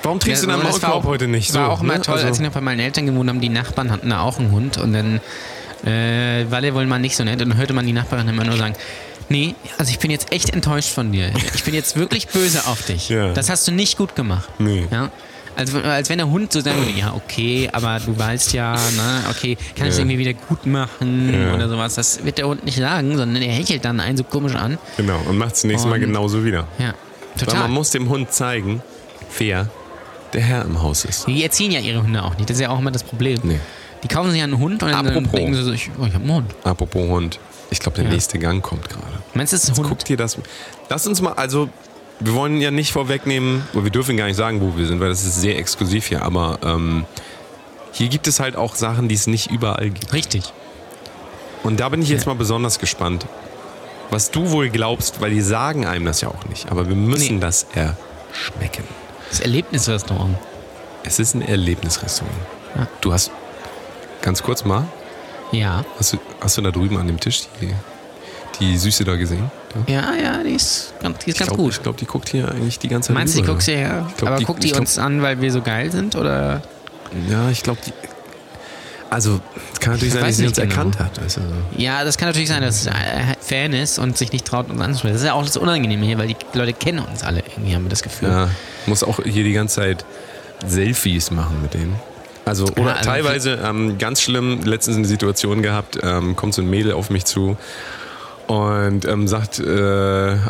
B: Warum trinkst
C: Ja,
B: du deinen
C: das war
B: Maulkorb heute nicht?
C: War
B: So,
C: auch mal
B: ne?
C: toll, als ich
B: Also,
C: noch bei meinen Eltern gewohnt haben, die Nachbarn hatten da auch einen Hund und dann äh, war der wohl mal nicht so nett und dann hörte man die Nachbarin immer nur sagen, nee, also ich bin jetzt echt enttäuscht von dir. Ich bin jetzt wirklich böse auf dich.
B: Ja.
C: Das hast du nicht gut gemacht.
B: Nee.
C: Ja? Also, als wenn der Hund so sagen würde, ja, okay, aber du weißt ja, ne, okay, kann ich es
B: Ja.
C: irgendwie wieder gut machen
B: Ja.
C: oder sowas. Das wird der Hund nicht sagen, sondern er hechelt dann einen so komisch an.
B: genau, und macht es nächstes Mal
C: Und-
B: genauso wieder.
C: Ja,
B: Weil
C: total.
B: man muss dem Hund zeigen, wer der Herr im Haus ist.
C: Die erziehen ja ihre Hunde auch nicht. Das ist ja auch immer das Problem.
B: Nee.
C: Die kaufen sich einen Hund und dann
B: Apropos.
C: denken sie so, ich, oh, ich hab einen Hund.
B: Apropos Hund, ich glaube, der
C: Ja.
B: nächste Gang kommt gerade.
C: Meinst du, das ist ein Hund?
B: Guckt ihr das? Lass uns mal, also wir wollen ja nicht vorwegnehmen, oder wir dürfen gar nicht sagen, wo wir sind, weil das ist sehr exklusiv hier, aber ähm, hier gibt es halt auch Sachen, die es nicht überall gibt.
C: Richtig.
B: Und da bin ich jetzt mal besonders gespannt, was du wohl glaubst, weil die sagen einem das ja auch nicht, aber wir müssen
C: Nee.
B: das erschmecken.
C: Das Erlebnisrestaurant.
B: Es ist ein Erlebnisrestaurant.
C: Ja.
B: Du hast, ganz kurz mal,
C: Ja.
B: hast du, hast du da drüben an dem Tisch die, die Süße da gesehen? Ja.
C: Ja, ja, die ist ganz, die ist
B: Ich
C: ganz
B: glaube,
C: gut.
B: glaub, die guckt hier eigentlich die ganze Zeit
C: Meinst du, die
B: rüber.
C: guckt sie her?
B: Ich glaub,
C: Aber
B: die-
C: guckt die
B: ich glaub-
C: uns an, weil wir so geil sind? Oder?
B: Ja, ich glaube, die. Also, es kann natürlich
C: Ich
B: sein,
C: weiß
B: dass sie uns
C: nicht genau.
B: erkannt hat. Weißt du, so.
C: Ja, das kann natürlich sein, dass sie äh, Fan ist und sich nicht traut, uns anzusprechen. Das ist ja auch das Unangenehme hier, weil die Leute kennen uns alle. Irgendwie haben wir das Gefühl.
B: Ja, muss auch hier die ganze Zeit Selfies machen mit denen. Also, oder
C: also-
B: teilweise ähm, ganz schlimm, letztens eine Situation gehabt, ähm, kommt so ein Mädel auf mich zu und ähm, sagt, äh,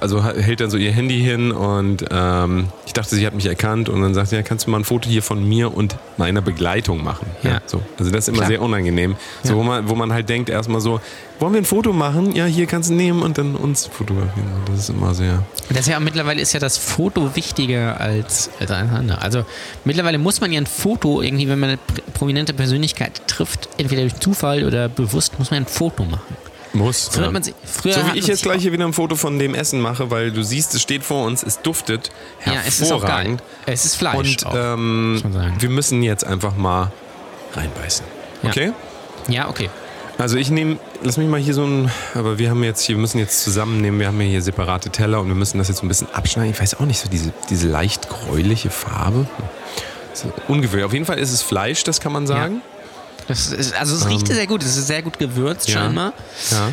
B: also ha- hält dann so ihr Handy hin und ähm, ich dachte, sie hat mich erkannt und dann sagt sie, ja, kannst du mal ein Foto hier von mir und meiner Begleitung machen? Ja.
C: Ja.
B: so. Also das ist immer
C: Klar.
B: sehr unangenehm. So,
C: Ja.
B: wo, man, wo man halt denkt, erstmal so, wollen wir ein Foto machen? Ja, hier kannst du nehmen und dann uns fotografieren. Das ist immer sehr.
C: Das ist ja mittlerweile ist ja das Foto wichtiger als, als alles andere. Also mittlerweile muss man ja ein Foto irgendwie, wenn man eine pr- prominente Persönlichkeit trifft, entweder durch Zufall oder bewusst, muss man ein Foto machen.
B: Muss.
C: So,
B: ja.
C: hat man sie- früher
B: so
C: hat
B: wie ich
C: man
B: jetzt
C: sich
B: gleich hier wieder ein Foto von dem Essen mache, weil du siehst, es steht vor uns, es duftet
C: Ja, es ist auch geil.
B: hervorragend.
C: Es ist Fleisch.
B: Und
C: auch,
B: ähm,
C: muss man sagen.
B: wir müssen jetzt einfach mal reinbeißen.
C: Ja.
B: Okay?
C: Ja, okay.
B: Also ich nehme, lass mich mal hier so ein, aber wir haben jetzt hier, wir müssen jetzt zusammennehmen, wir haben ja hier separate Teller und wir müssen das jetzt so ein bisschen abschneiden. Ich weiß auch nicht, so diese, diese leicht gräuliche Farbe. So ungewöhnlich. Auf jeden Fall ist es Fleisch, das kann man sagen.
C: Das ist, also es riecht sehr gut. Es ist sehr gut gewürzt
B: Ähm, ja.
C: scheinbar.
B: Ja.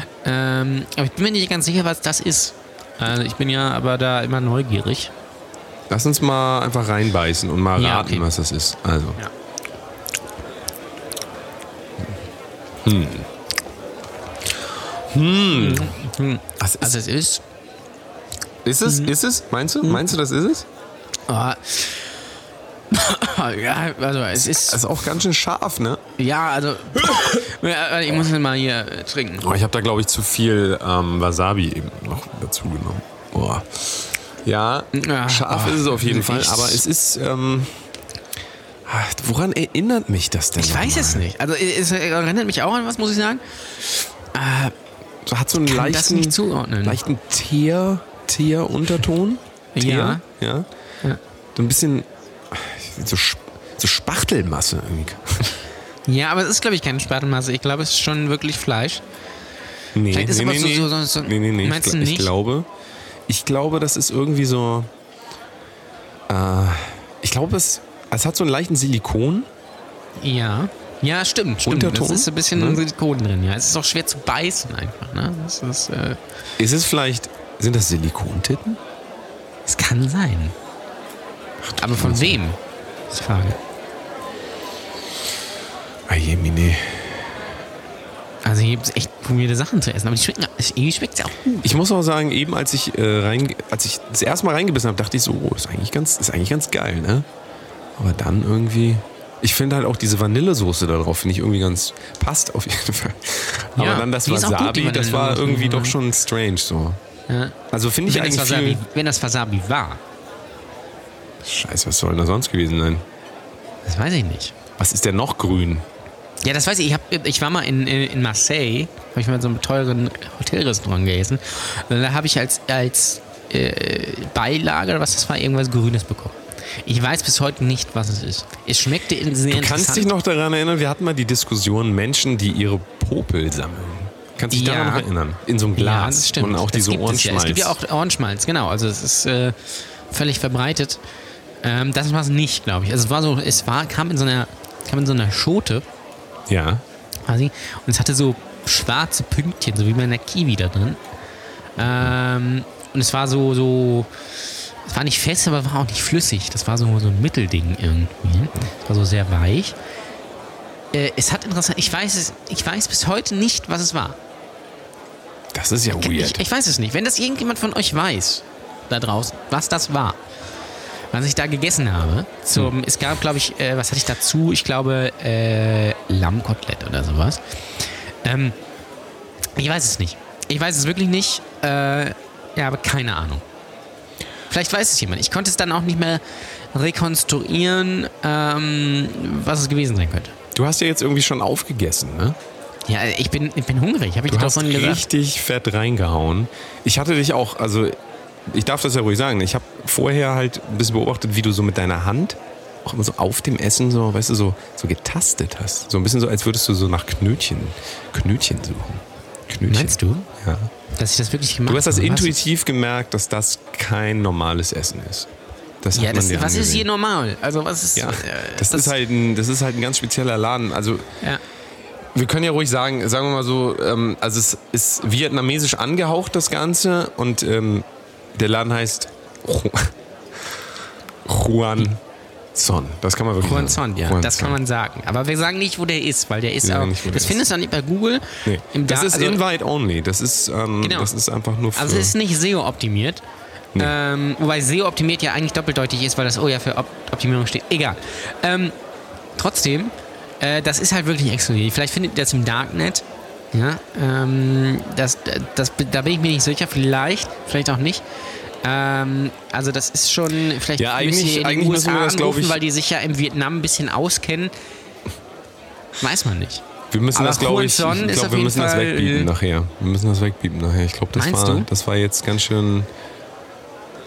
C: Ähm, aber ich bin mir nicht ganz sicher, was das ist. Also ich bin ja aber da immer neugierig.
B: Lass uns mal einfach reinbeißen und mal
C: Ja,
B: raten,
C: okay.
B: was das ist. Also.
C: Ja.
B: Hm. Das Hm. ist,
C: Also es ist.
B: ist es? Ist es? Meinst
C: Hm.
B: du? Meinst du, das ist es?
C: ah, ja, also es ist.
B: Das ist auch ganz schön scharf, ne?
C: ja, also. Ja, ich muss mal hier äh, trinken.
B: Oh, ich habe da, glaube ich, zu viel ähm, Wasabi eben noch dazu genommen. Boah. Ja,
C: Ja,
B: scharf
C: oh,
B: ist es auf jeden Fall,
C: ich-
B: aber es ist. Ähm, ah, woran erinnert mich das denn?
C: Ich weiß es
B: nochmal?
C: nicht. Also es es erinnert mich auch an was, muss ich sagen.
B: Hat so einen
C: Kann
B: leichten,
C: das nicht zuordnen.
B: leichten Teer, Teer-Unterton.
C: Ja.
B: ja.
C: Ja.
B: So ein bisschen. So, Sp- so Spachtelmasse irgendwie.
C: Ja, aber es ist, glaube ich, keine Spartelmasse. Ich glaube, es ist schon wirklich Fleisch.
B: Nee,
C: Vielleicht ist
B: nee,
C: aber
B: nee,
C: so-
B: nee.
C: so- so- so-
B: nee, nee, nee.
C: Meinst
B: ich,
C: du
B: gl-
C: nicht?
B: Ich glaube, ich glaube, das ist irgendwie so. Äh, ich glaube, es, es hat so einen leichten Silikon.
C: Ja. Ja, stimmt, stimmt.
B: Unterton?
C: Das ist ein bisschen
B: Ne?
C: Silikon drin, ja. Es ist auch schwer zu beißen einfach, ne? Das ist, äh,
B: Ist es vielleicht. Sind das Silikontitten?
C: es kann sein. Aber von wem? Ist die Frage.
B: Ah, je, mine.
C: Also hier gibt es echt weirde Sachen zu essen, aber die schmecken, irgendwie schmeckt es ja auch gut.
B: Ich muss auch sagen, eben als ich, äh, rein, als ich das erste Mal reingebissen habe, dachte ich so, oh, ist eigentlich ganz, ist eigentlich ganz geil, ne? Aber dann irgendwie. Ich finde halt auch diese Vanillesoße da drauf, finde ich irgendwie ganz. passt auf jeden Fall. Aber
C: Ja,
B: dann das
C: die ist auch gut,
B: Wasabi,
C: die
B: das war
C: Vanillesoße. ne?
B: irgendwie doch schon strange so.
C: Ja.
B: Also finde ich
C: ne? Wenn, das
B: eigentlich
C: Wasabi,
B: viel.
C: wenn das Wasabi war,
B: Scheiße, was soll denn da sonst gewesen sein?
C: das weiß ich nicht.
B: Was ist denn noch grün?
C: Ja, das weiß ich. Ich, hab, ich war mal in, in in Marseille, habe ich mal in so einem teuren Hotelrestaurant gegessen. Und da habe ich als, als äh, Beilage oder was das war, irgendwas Grünes bekommen. Ich weiß bis heute nicht, was es ist. Es schmeckte in- sehr
B: Du kannst dich noch daran erinnern, wir hatten mal die Diskussion Menschen, die ihre Popel sammeln. Kannst dich
C: Ja.
B: daran noch erinnern? In so einem
C: ja,
B: Glas.
C: das stimmt.
B: Und auch
C: das
B: diese
C: gibt es Ja. Es
B: Ohrenschmalz.
C: gibt ja auch Ohrenschmalz, genau. Also es ist äh, völlig verbreitet. Ähm, das war es nicht, glaube ich. Also es war so, es war, kam in so einer, kam in so einer Schote
B: ja.
C: quasi. Und es hatte so schwarze Pünktchen, so wie bei einer Kiwi da drin. Ähm, und es war so, so, es war nicht fest, aber war auch nicht flüssig. Das war so, so ein Mittelding irgendwie. Es war so sehr weich. Äh, es hat interessant, ich weiß es, ich weiß bis heute nicht, was es war.
B: Das ist ja weird.
C: Ich, ich weiß es nicht. Wenn das irgendjemand von euch weiß, da draußen, was das war, was ich da gegessen habe,
B: Hm.
C: zum, es gab, glaube ich, äh, was hatte ich dazu? Ich glaube, äh, Lammkotelett oder sowas. Ähm, ich weiß es nicht. Ich weiß es wirklich nicht. Äh, ja, aber keine Ahnung. Vielleicht weiß es jemand. Ich konnte es dann auch nicht mehr rekonstruieren, ähm, was es gewesen sein könnte.
B: du hast ja jetzt irgendwie schon aufgegessen, ne?
C: Ja, ich bin, ich bin hungrig, habe ich
B: Du
C: dir doch
B: hast
C: vorhin gesagt.
B: richtig fett reingehauen. Ich hatte dich auch, also ich darf das ja ruhig sagen. Ich habe vorher halt ein bisschen beobachtet, wie du so mit deiner Hand auch immer so auf dem Essen so, weißt du, so, so getastet hast. So ein bisschen so, als würdest du so nach Knötchen, Knötchen suchen. Knötchen.
C: Meinst du,
B: Ja.
C: dass ich das wirklich gemacht
B: Du
C: habe?
B: hast das
C: Was?
B: intuitiv gemerkt, dass das kein normales Essen ist. Das hat
C: Ja,
B: man
C: das,
B: dir
C: was ist
B: angesehen.
C: hier normal? Also was ist
B: Ja,
C: äh,
B: das, ist halt ein, das ist halt ein ganz spezieller Laden. Also
C: ja.
B: wir können ja ruhig sagen, sagen wir mal so, ähm, also es ist vietnamesisch angehaucht, das Ganze. Und ähm, der Laden heißt Ju- Juan Son. Das kann man wirklich
C: Juan
B: sagen.
C: Son, ja,
B: Juan
C: das kann
B: Son.
C: man sagen. Aber wir sagen nicht, wo der ist, weil der ist
B: Wir sagen
C: auch.
B: nicht, wo der
C: das
B: ist.
C: findest du auch nicht bei Google.
B: Nee.
C: Im
B: Das
C: Da-
B: ist
C: also,
B: Invite Only. Das ist, ähm,
C: Genau.
B: das ist einfach nur für...
C: also es ist nicht SEO-optimiert.
B: Nee.
C: Ähm, wobei SEO-optimiert ja eigentlich doppeldeutig ist, weil das O ja für Op Optimierung steht. Egal. Ähm, trotzdem, äh, das ist halt wirklich exklusiv. Vielleicht findet ihr das im Darknet. Ja, ähm, das, das, da bin ich mir nicht sicher. Vielleicht, vielleicht auch nicht. Ähm, also das ist schon, vielleicht
B: Ja,
C: müsst
B: eigentlich-
C: ihr in
B: eigentlich
C: den
B: müssen
C: USA
B: wir das, glaub
C: anrufen,
B: ich-
C: weil die sich ja im Vietnam ein bisschen auskennen. Weiß man nicht.
B: Wir Wir müssen
C: Aber
B: das, glaube ich, ich
C: Coulson ist
B: glaub,
C: auf
B: wir
C: jeden
B: müssen das
C: Fall-
B: wegbiepen nachher. Wir müssen das wegbiepen nachher. Ich glaube, das
C: Meinst
B: war,
C: du?
B: das war jetzt ganz schön.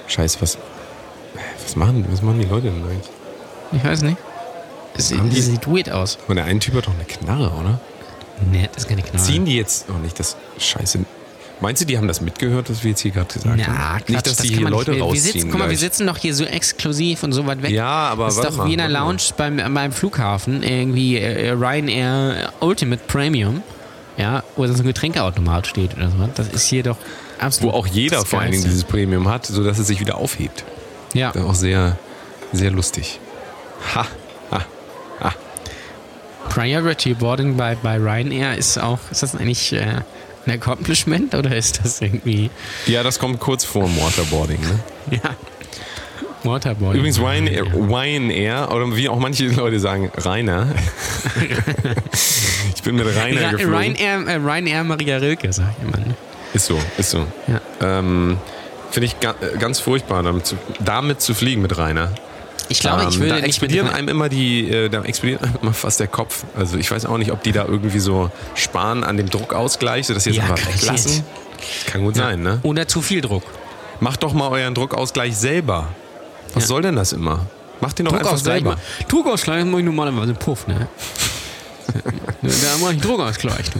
B: Scheiß, was. Was machen, was machen die Leute denn eigentlich?
C: Ich weiß nicht. Es sieht,
B: Haben die-
C: sieht weird aus.
B: Und der eine Typ hat doch eine Knarre, oder?
C: Nee, das ist keine Knarre.
B: Ziehen die jetzt. Oh, nicht das. Scheiße. Meinst du, die haben das mitgehört, was wir jetzt hier gerade gesagt
C: Na,
B: haben?
C: Quatsch,
B: nicht, dass
C: das
B: die
C: kann
B: hier
C: man
B: Leute
C: nicht. Wir- Wir
B: rausziehen.
C: sitzen, guck mal, wir
B: gleich.
C: sitzen doch hier so exklusiv und so weit weg.
B: Ja, aber
C: Das ist
B: warte
C: doch
B: mal,
C: wie in der
B: warte mal.
C: Lounge beim, äh, beim Flughafen, irgendwie äh, Ryanair Ultimate Premium, ja, wo so ein Getränkeautomat steht oder so. Das ist hier doch
B: Wo
C: absolut.
B: auch jeder
C: das
B: vor allen Dingen
C: Geilste.
B: dieses Premium hat, sodass es sich wieder aufhebt.
C: Ja,
B: Das ist auch sehr, sehr lustig. Ha. ha.
C: Priority Boarding bei, bei Ryanair ist auch, ist das eigentlich äh, ein Accomplishment oder ist das irgendwie,
B: Ja, das kommt kurz vor dem Waterboarding, ne?
C: ja, Waterboarding?
B: Übrigens Ryanair, Ryanair oder wie auch manche Leute sagen, Rainer. ich bin mit Rainer
C: Ja,
B: geflogen.
C: Ryanair, äh, Ryanair Maria Rilke, sag ich immer. Ne?
B: Ist so, ist so.
C: Ja.
B: Ähm, Finde ich ga, äh, ganz furchtbar, damit zu, damit zu fliegen mit Rainer.
C: Ich glaube, ich
B: Ähm,
C: würde
B: da
C: nicht mit
B: explodieren
C: Ra-
B: einem immer die, äh, da explodiert einem immer fast der Kopf. Also ich weiß auch nicht, ob die da irgendwie so sparen an dem Druckausgleich, sodass sie es
C: Ja,
B: einfach
C: garantiert.
B: weglassen. Kann gut sein, ne?
C: Oder zu viel Druck.
B: Macht doch mal euren Druckausgleich selber. Was
C: Ja.
B: soll denn das immer? Macht den doch einfach
C: Druckausgleich.
B: selber.
C: ma- Druckausgleich mache ich normalerweise Puff, ne? da mache ich Druckausgleich, du.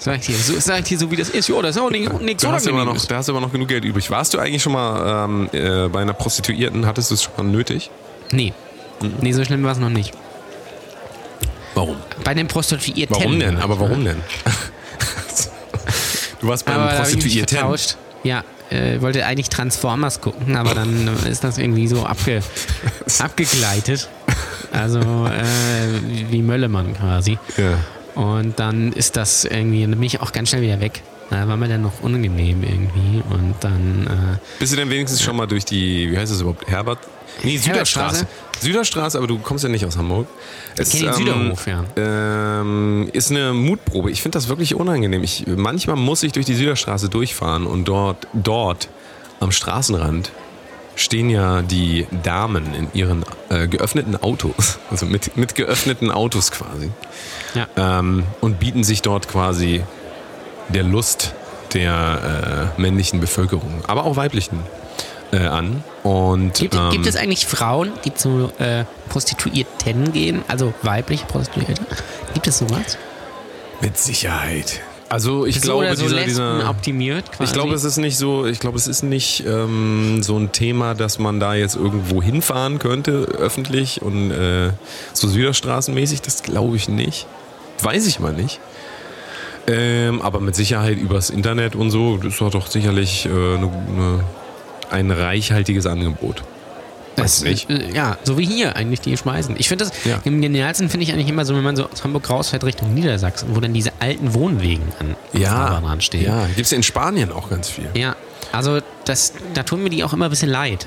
C: Sag ich dir so, sag ich dir so wie das ist. Jo, das ist auch nicht- nichts
B: Da hast, du immer noch,
C: Unangenehmes.
B: da hast du immer noch genug Geld übrig. Warst du eigentlich schon mal ähm, äh, bei einer Prostituierten? Hattest du es schon mal nötig?
C: Nee.
B: Mhm.
C: Nee, so schlimm war es noch nicht.
B: Warum?
C: Bei den Prostituierten.
B: Warum denn? Aber warum denn? du warst bei
C: ne? Aber
B: einem
C: da habe ich mich
B: Prostituierten.
C: vertauscht. Ja, äh, wollte eigentlich Transformers gucken, aber dann ist das irgendwie so abge, abgegleitet. Also äh, wie Möllemann quasi.
B: Ja.
C: Und dann ist das irgendwie, dann bin ich auch ganz schnell wieder weg. Da war mir dann noch unangenehm irgendwie. Und dann, äh,
B: Bist du denn wenigstens schon mal durch die, wie heißt das überhaupt? Herbert? Nee, Süderstraße.
C: Herbertstraße.
B: Süderstraße, aber du kommst ja nicht aus Hamburg. Es,
C: kenn den Süderhof, ja.
B: Ähm, ist eine Mutprobe. Ich finde das wirklich unangenehm. Ich, manchmal muss ich durch die Süderstraße durchfahren und dort, dort am Straßenrand stehen ja die Damen in ihren äh, geöffneten Autos, also mit, mit geöffneten Autos quasi,
C: äh, ja,
B: ähm, und bieten sich dort quasi der Lust der äh, männlichen Bevölkerung, aber auch weiblichen äh, an. Und
C: gibt,
B: ähm,
C: gibt es eigentlich Frauen, die zu äh, Prostituierten gehen? Also weibliche Prostituierte? Gibt es sowas?
B: mit Sicherheit. Also ich
C: So
B: glaube,
C: oder so
B: dieser,
C: Lesben
B: dieser,
C: optimiert quasi.
B: ich glaube, es ist nicht so, ich glaube, es ist nicht ähm, so ein Thema, dass man da jetzt irgendwo hinfahren könnte, öffentlich und äh, so Süderstraßenmäßig, das glaube ich nicht. Weiß ich mal nicht. Ähm, aber mit Sicherheit übers Internet und so, das war doch sicherlich äh, ne, ne, ein reichhaltiges Angebot.
C: Das,
B: nicht.
C: äh, ja, so wie hier eigentlich die schmeißen. Ich finde das,
B: Ja.
C: im genialsten finde ich eigentlich immer so, wenn man so aus Hamburg rausfährt Richtung Niedersachsen, wo dann diese alten Wohnwegen an der Autobahn stehen.
B: ja. Gibt es in Spanien auch ganz viel.
C: Ja, also das, da tun mir die auch immer ein bisschen leid,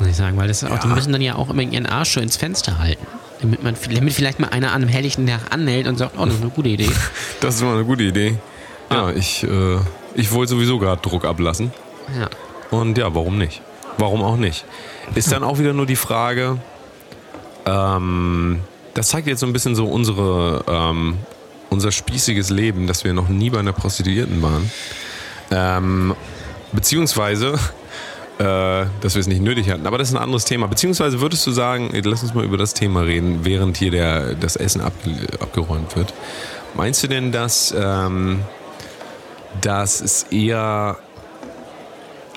C: muss ich sagen, weil das ist auch, die müssen dann ja auch immer ihren Arsch schön ins Fenster halten. Damit, man, damit vielleicht mal einer an einem helllichten Tag anhält und sagt, oh, das ist eine gute Idee.
B: Das ist mal eine gute Idee. Ja, ich, äh, ich wollte sowieso gerade Druck ablassen.
C: Ja.
B: Und ja, warum nicht? Warum auch nicht? Ist dann auch wieder nur die Frage, ähm, das zeigt jetzt so ein bisschen so unsere, ähm, unser spießiges Leben, dass wir noch nie bei einer Prostituierten waren. Ähm, beziehungsweise, äh, dass wir es nicht nötig hatten. Aber das ist ein anderes Thema. Beziehungsweise würdest du sagen, ey, lass uns mal über das Thema reden, während hier der, das Essen abge abgeräumt wird. Meinst du denn, dass, ähm, dass es eher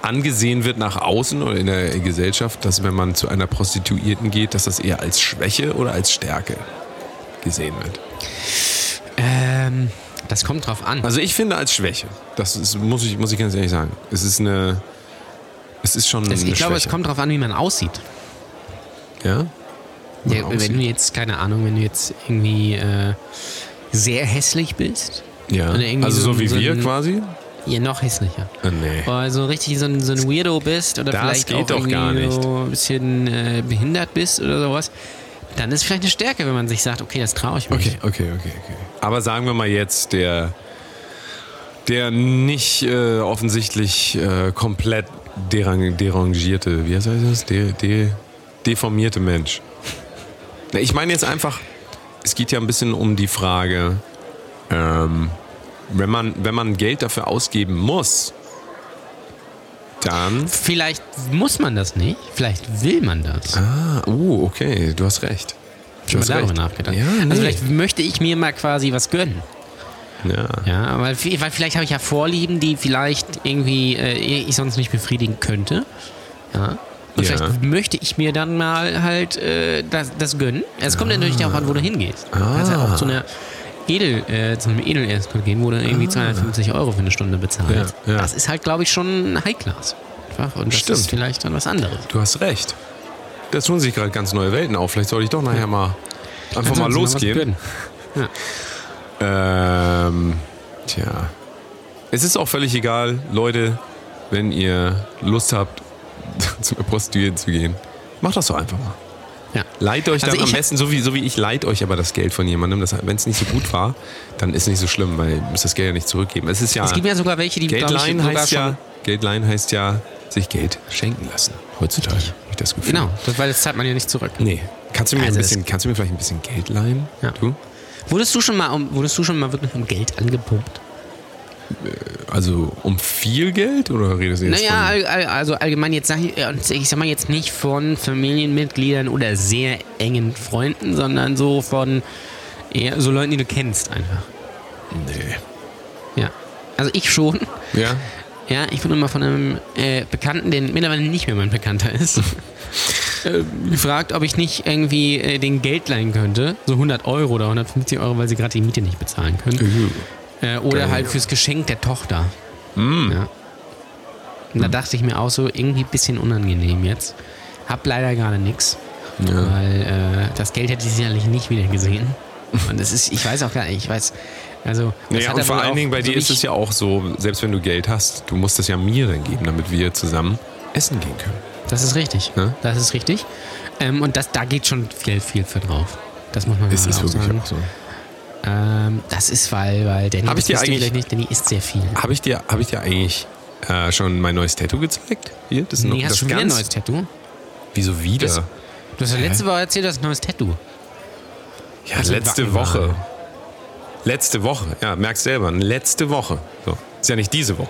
B: angesehen wird nach außen oder in der Gesellschaft, dass wenn man zu einer Prostituierten geht, dass das eher als Schwäche oder als Stärke gesehen wird?
C: Ähm, das kommt drauf an.
B: Also ich finde als Schwäche. Das ist, muss, ich, muss ich ganz ehrlich sagen. Es ist eine. Es ist schon.
C: Das,
B: eine
C: ich glaube,
B: Schwäche.
C: es kommt drauf an, wie man aussieht.
B: Ja?
C: Ja,
B: aussieht.
C: wenn du jetzt, keine Ahnung, wenn du jetzt irgendwie äh, sehr hässlich bist,
B: ja.
C: Oder irgendwie
B: Also so,
C: so ein-
B: wie
C: so ein-
B: wir quasi?
C: ja, noch hässlicher.
B: Äh, nee.
C: Oder so richtig so ein, so ein Weirdo bist oder
B: Das
C: vielleicht
B: geht
C: auch
B: doch
C: irgendwie
B: gar nicht.
C: so ein bisschen äh, behindert bist oder sowas, dann ist vielleicht eine Stärke, wenn man sich sagt, okay, das traue ich mir.
B: Okay,
C: nicht.
B: okay, okay, okay. Aber sagen wir mal jetzt, der, der nicht äh, offensichtlich äh, komplett derang, derangierte, wie heißt das? De, de, deformierte Mensch. Na, ich meine jetzt einfach, es geht ja ein bisschen um die Frage, ähm, wenn, man, wenn man Geld dafür ausgeben muss, dann.
C: Vielleicht muss man das nicht. Vielleicht will man das.
B: Ah, oh, okay, du hast recht. Du
C: Schon mal
B: hast
C: darüber
B: recht.
C: nachgedacht.
B: Ja, nee.
C: Also vielleicht möchte ich mir mal quasi was gönnen.
B: ja.
C: Ja, weil, vi- weil vielleicht habe ich ja Vorlieben, die vielleicht irgendwie äh, ich sonst nicht befriedigen könnte. Ja. Und
B: Ja.
C: vielleicht möchte ich mir dann mal halt äh, das, das gönnen. Es
B: Ah.
C: kommt natürlich auch an, wo du hingehst. Du kannst ja auch zu einer Edel, äh, zu einem Edel-Escort gehen, wo du irgendwie 250 Euro für eine Stunde bezahlst.
B: Ah. Ja, ja.
C: Das ist halt, glaube ich, schon High-Class. Einfach. Und das
B: Stimmt.
C: ist vielleicht dann was anderes.
B: Du hast recht. Da tun sich gerade ganz neue Welten auf. Vielleicht sollte ich doch nachher mal einfach
C: Kannst
B: mal
C: du uns was
B: losgehen.
C: gönnen? Ja.
B: Ähm, tja. Es ist auch völlig egal, Leute, wenn ihr Lust habt, zu einer Prostituierten zu gehen, macht das doch einfach mal.
C: Ja.
B: Leiht euch
C: Also
B: dann am
C: ich-
B: besten, so wie, so wie ich leiht euch aber das Geld von jemandem. Wenn es nicht so gut war, dann ist nicht so schlimm, weil ihr müsst das Geld ja nicht zurückgeben. Es ist ja.
C: Es gibt ja sogar welche, die glaub ich,
B: Geldleihen
C: sogar
B: heißt
C: schon
B: ja, Geldleihen heißt ja, sich Geld schenken lassen. Heutzutage habe ich das Gefühl.
C: Genau, das, weil das zahlt man ja nicht zurück.
B: Nee. Kannst du mir
C: Also
B: ein
C: es-
B: bisschen, kannst du mir vielleicht ein bisschen Geld leihen?
C: Ja.
B: Du?
C: Wurdest du schon mal, um, wurdest du schon mal wirklich um Geld angepumpt?
B: Also um viel Geld oder redest du jetzt
C: Naja,
B: von,
C: all, all, also allgemein jetzt sag ich, äh, und ich sag mal jetzt nicht von Familienmitgliedern oder sehr engen Freunden, sondern so von eher so Leuten, die du kennst einfach.
B: Nee.
C: Ja. Also ich schon.
B: Ja?
C: Ja, ich wurde mal von einem äh, Bekannten, der mittlerweile nicht mehr mein Bekannter ist, äh, gefragt, ob ich nicht irgendwie äh, den Geld leihen könnte. So 100 Euro oder 150 Euro, weil sie gerade die Miete nicht bezahlen können. Äh, oder
B: Geil. Mm.
C: halt fürs Geschenk der Tochter. Ja. Und da dachte ich mir auch so, irgendwie ein bisschen unangenehm jetzt. Hab leider gerade nichts.
B: Ja.
C: Weil äh, das Geld hätte ich sicherlich nicht wieder gesehen. Und es ist, ich weiß auch gar nicht, ich weiß. Also, das
B: Naja,
C: hat
B: und
C: er
B: vor
C: wohl
B: allen
C: auch-
B: Dingen bei
C: so
B: dir
C: wie
B: ist
C: ich-
B: es ja auch so, selbst wenn du Geld hast, du musst es ja mir dann geben, damit wir zusammen essen gehen können.
C: Das ist richtig.
B: Ne?
C: Das ist richtig. Ähm, und das, da geht schon viel, viel für drauf. Das muss man
B: Ist
C: mal
B: das
C: auch
B: wirklich
C: sagen.
B: auch so?
C: Ähm, das ist, weil, weil Danny,
B: Hab ich
C: das
B: dir
C: wisst ihr
B: eigentlich-
C: vielleicht nicht, Danny isst sehr viel.
B: Habe ich dir, habe ich dir eigentlich äh, schon mein neues Tattoo gezeigt? Hier, das ist noch
C: Nee, hast
B: das
C: du schon wieder ein
B: ganz-
C: neues Tattoo?
B: Wieso wieder?
C: Das- Du hast ja letzte Woche erzählt, du hast ein neues Tattoo.
B: ja,
C: das
B: letzte
C: Wacken-
B: Woche. Letzte Woche. Ja, merkst selber. Letzte Woche. So. Ist ja nicht diese Woche.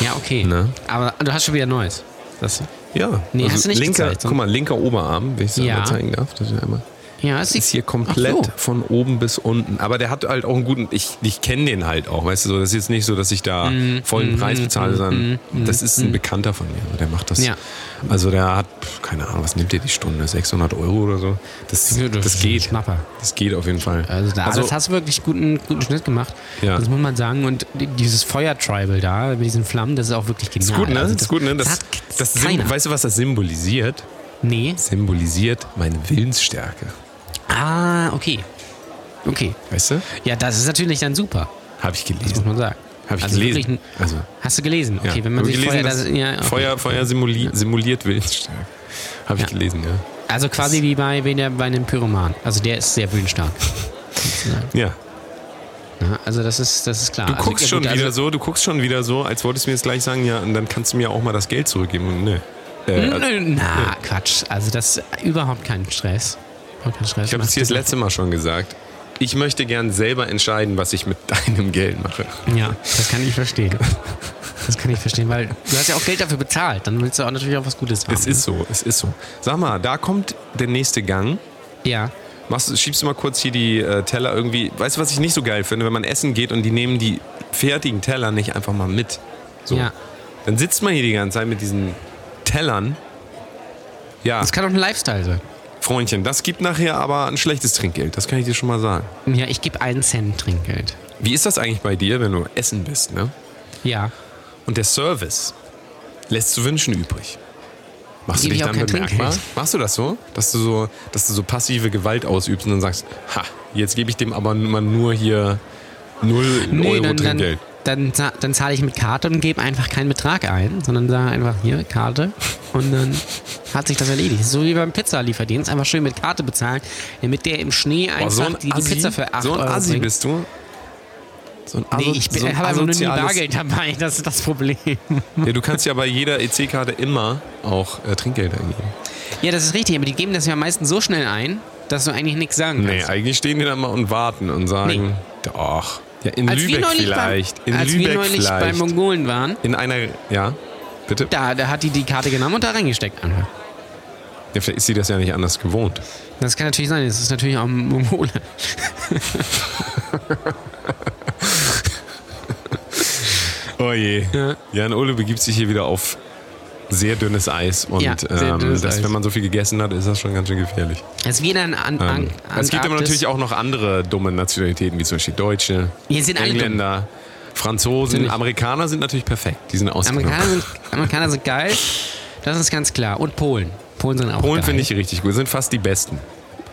C: Ja, okay.
B: Ne?
C: Aber du hast schon wieder ein neues. Das,
B: Ja. also
C: Nee, hast du nicht
B: linker,
C: gezeigt, ne?
B: Guck mal, linker Oberarm, wenn ich es
C: Ja.
B: mal zeigen darf. Das ist, ja immer,
C: ja, es
B: ist hier komplett
C: Ach so.
B: von oben bis unten. Aber der hat halt auch einen guten. Ich, ich kenne den halt auch, weißt du so. Das ist jetzt nicht so, dass ich da
C: Mhm,
B: vollen Preis bezahle, sondern das ist ein Bekannter von mir. Also Der macht das.
C: Ja.
B: Also der hat, pf, keine Ahnung, was nimmt der die Stunde? 600 Euro oder so? Das,
C: Ja,
B: das,
C: das ist ein
B: geht.
C: Schnapper.
B: Das geht auf jeden Fall.
C: Also, da, also das hast du wirklich guten, guten Schnitt gemacht.
B: Ja.
C: Das muss man sagen. Und die- dieses Feuer-Tribal da mit diesen Flammen, das ist auch wirklich genial.
B: Ist gut, ne?
C: Also
B: ist gut, ne? Das,
C: hat
B: das Sym-
C: keiner.
B: weißt du, was das symbolisiert?
C: nee.
B: Symbolisiert meine Willensstärke.
C: Ah, okay. Okay.
B: Weißt du?
C: Ja, das ist natürlich dann super,
B: Habe ich
C: das muss
B: gelesen.
C: man sagen.
B: Habe ich
C: also
B: gelesen.
C: Wirklich, ein-
B: also,
C: hast du gelesen? Okay,
B: ja.
C: wenn man
B: Hab ich
C: sich
B: gelesen,
C: Feuer, das,
B: dass
C: ja, okay.
B: Feuer, Feuer simuli simuliert Willensstärke. Habe ich
C: Ja.
B: gelesen, ja.
C: Also quasi wie bei, wie der, bei einem Pyroman. Also der ist sehr willensstark.
B: Ja.
C: Ja, also das ist, das ist klar.
B: Du
C: also,
B: guckst
C: ja,
B: schon
C: gut, also,
B: wieder so, du guckst schon wieder so, als wolltest du mir jetzt gleich sagen, ja, und dann kannst du mir auch mal das Geld zurückgeben. Und ne. Äh, also,
C: Nö, Na, Quatsch. Also das ist überhaupt kein Stress. Überhaupt kein Stress.
B: ich habe es dir das letzte Mal schon gesagt. Ich möchte gern selber entscheiden, was ich mit deinem Geld mache.
C: Ja, das kann ich verstehen. Das kann ich verstehen, weil du hast ja auch Geld dafür bezahlt. Dann willst du auch natürlich auch was Gutes haben.
B: Es ist so, es ist so. Sag mal, da kommt der nächste Gang.
C: Ja.
B: Machst, du- schiebst du mal kurz hier die äh, Teller irgendwie. Weißt du, was ich nicht so geil finde, wenn man essen geht und die nehmen die fertigen Teller nicht einfach mal mit. So.
C: Ja.
B: Dann sitzt man hier die ganze Zeit mit diesen Tellern. Ja,
C: Das kann auch ein Lifestyle sein.
B: Freundchen, das gibt nachher aber ein schlechtes Trinkgeld. Das kann ich dir schon mal sagen.
C: Ja, ich gebe einen Cent Trinkgeld.
B: Wie ist das eigentlich bei dir, wenn du essen bist, ne?
C: Ja.
B: Und der Service lässt zu wünschen übrig. Machst du
C: Gebe
B: dich
C: ich auch
B: dann
C: kein
B: bemerkbar?
C: Trinkgeld.
B: Machst du das so? Dass du so, dass du so passive Gewalt ausübst und dann sagst, ha, jetzt gebe ich dem aber nun mal nur hier 0 Euro
C: dann, dann,
B: Trinkgeld.
C: dann, za- dann zahle ich mit Karte und gebe einfach keinen Betrag ein, sondern sage einfach hier Karte und dann hat sich das erledigt. So wie beim Pizzalieferdienst, einfach schön mit Karte bezahlen, damit der im Schnee
B: Boah,
C: einfach die, die Pizza für 8
B: so ein
C: Euro
B: Assi
C: bringt.
B: bist du. So ein
C: Nee,
B: aso-
C: ich
B: so
C: bin-
B: ein
C: habe aber nur nie
B: asoziales-
C: Bargeld dabei, das ist das Problem.
B: Ja, du kannst ja bei jeder
C: E
B: EC-Karte immer auch äh, Trinkgeld eingeben.
C: Ja, das ist richtig, aber die geben das ja meistens so schnell ein, dass du eigentlich nichts sagen
B: Nee,
C: kannst.
B: eigentlich stehen die da mal und warten und sagen, doch. Ja, in
C: als wir
B: Lübeck
C: neulich,
B: vielleicht.
C: beim,
B: in
C: als
B: Lübeck
C: wir neulich bei
B: vielleicht.
C: Mongolen waren,
B: in einer, ja, bitte?
C: da, da hat die die Karte genommen und da reingesteckt. einfach.
B: Ja, vielleicht ist sie das ja nicht anders gewohnt.
C: Das kann natürlich sein, das ist natürlich auch ein Mongole.
B: Oh je.
C: Ja.
B: Jan Ole begibt sich hier wieder auf sehr dünnes Eis und
C: Ja, sehr
B: ähm,
C: dünnes
B: das,
C: Eis.
B: wenn man so viel gegessen hat, ist das schon ganz schön gefährlich.
C: Das ist wieder ein An
B: Ähm,
C: An
B: es gibt aber
C: Antarktis.
B: natürlich auch noch andere dumme Nationalitäten, wie zum Beispiel Deutsche,
C: Hier sind alle dumm.
B: Engländer, Franzosen,
C: Natürlich.
B: Amerikaner sind natürlich perfekt. Die sind ausgenommen.
C: Amerikaner sind, Amerikaner sind geil, das ist ganz klar. Und Polen. Polen sind auch
B: Polen
C: geil.
B: finde ich richtig gut, sind fast die Besten.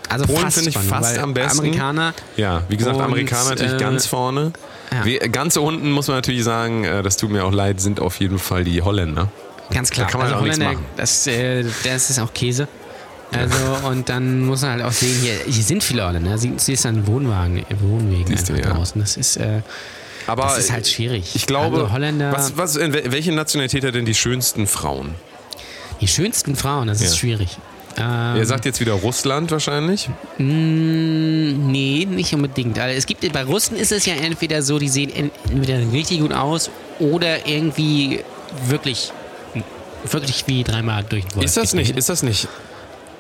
C: also
B: Polen
C: fast
B: finde ich
C: spannend,
B: fast
C: weil
B: am besten.
C: Amerikaner,
B: Ja, wie gesagt,
C: Und,
B: Amerikaner natürlich
C: äh,
B: ganz vorne.
C: ja.
B: Wir, ganz unten muss man natürlich sagen, äh, das tut mir auch leid, sind auf jeden Fall die Holländer.
C: ganz klar. Also
B: Da kann man auch nichts
C: Holländer,
B: machen.
C: das, äh, das ist auch Käse. Also, und dann muss man halt auch sehen, hier, hier sind viele Holländer. ne? Sie, sie ist ein Wohnwagen, äh, Wohnwegen
B: Siehst du,
C: einfach
B: ja.
C: draußen. Das ist, äh,
B: Aber
C: das ist halt schwierig.
B: ich glaube,
C: also Holländer,
B: was, was, in wel- welche Nationalität hat denn die schönsten Frauen?
C: die schönsten Frauen, das ist
B: Ja.
C: schwierig. Ähm,
B: Ihr sagt jetzt wieder Russland wahrscheinlich.
C: Mm, Nee, nicht unbedingt. Also es gibt, bei Russen ist es ja entweder so, die sehen en- entweder richtig gut aus oder irgendwie wirklich, wirklich wie dreimal durch den Wolf
B: Ist das nicht,
C: getreten.
B: ist das nicht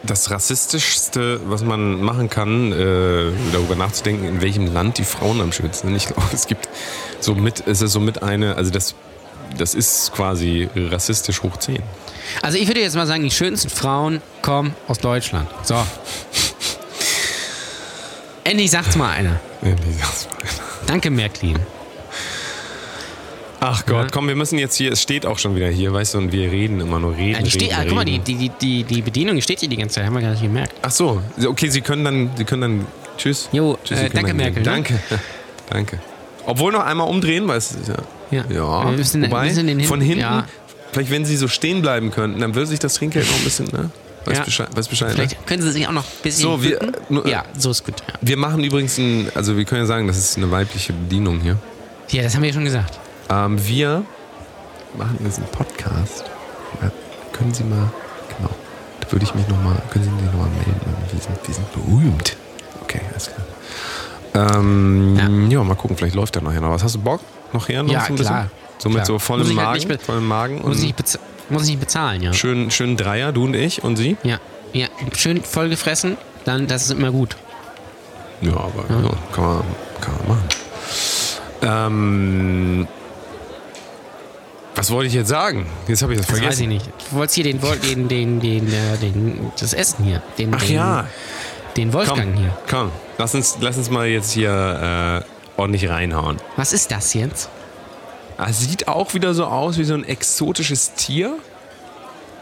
B: das rassistischste, was man machen kann, äh, darüber nachzudenken, in welchem Land die Frauen am schönsten sind? Ich glaube, es gibt so mit, es ist so mit eine, also das, das ist quasi rassistisch hoch 10.
C: Also ich würde jetzt mal sagen, die schönsten Frauen kommen aus Deutschland. So. Endlich sagt's mal einer. Danke, Märklin.
B: Ach Gott,
C: Ja.
B: komm, wir müssen jetzt hier, es steht auch schon wieder hier, weißt du, und wir reden immer nur reden.
C: Ja, die steht,
B: reden,
C: ah, guck mal, die,
B: reden.
C: die, die- die, die Bedienung steht hier die ganze Zeit, haben wir gar nicht gemerkt.
B: Ach so, okay, Sie können dann, Sie können dann, tschüss.
C: Jo,
B: tschüss, Sie
C: äh,
B: können
C: danke,
B: dann gehen.
C: Merkel, ne?
B: Danke, danke. Obwohl noch einmal umdrehen, weil es ist ja...
C: Ja,
B: Ja,
C: wir müssen,
B: wobei,
C: wir müssen den hinten,
B: von hinten,
C: Ja,
B: vielleicht wenn sie so stehen bleiben könnten, dann würde sich das Trinkgeld noch ein bisschen, ne? Weiß
C: Ja.
B: Bescheid, weiß Bescheid ne?
C: vielleicht können sie sich auch noch ein bisschen
B: So, wir,
C: bücken.
B: nur,
C: Ja, so ist gut. Ja.
B: wir machen übrigens, ein, also wir können ja sagen, das ist eine weibliche Bedienung hier.
C: ja, das haben wir ja schon gesagt.
B: Ähm, wir machen jetzt einen Podcast. Ja, können Sie mal, genau, da würde ich mich nochmal, können Sie sich nochmal melden, wir sind, wir sind berühmt. Okay, alles klar. Ähm, ja. mal gucken, vielleicht läuft der nachher noch was. Hast du Bock? Noch her? Noch
C: Ja,
B: so ein
C: klar.
B: Bisschen? So mit
C: Klar.
B: so
C: Muss
B: vollem
C: ich halt
B: Magen,
C: nicht mit-
B: vollem Magen
C: Muss
B: und-
C: ich nicht, bez muss ich nicht bezahlen, ja.
B: Schön, schön Dreier, du und ich und sie?
C: Ja, ja. Schön voll gefressen, dann das ist immer gut.
B: Ja, aber
C: Mhm.
B: ja, kann, man, kann man machen. Ähm, was wollte ich jetzt sagen? Jetzt habe ich das,
C: Das weiß ich
B: vergessen.
C: nicht. Du wolltest hier den, Wol- den, den, den, äh, den, das Essen hier. Den,
B: Ach
C: den,
B: ja,
C: Den
B: komm,
C: Wolfgang hier.
B: komm. Lass uns, lass uns mal jetzt hier äh, ordentlich reinhauen.
C: Was ist das jetzt?
B: Ah, sieht auch wieder so aus wie so ein exotisches Tier.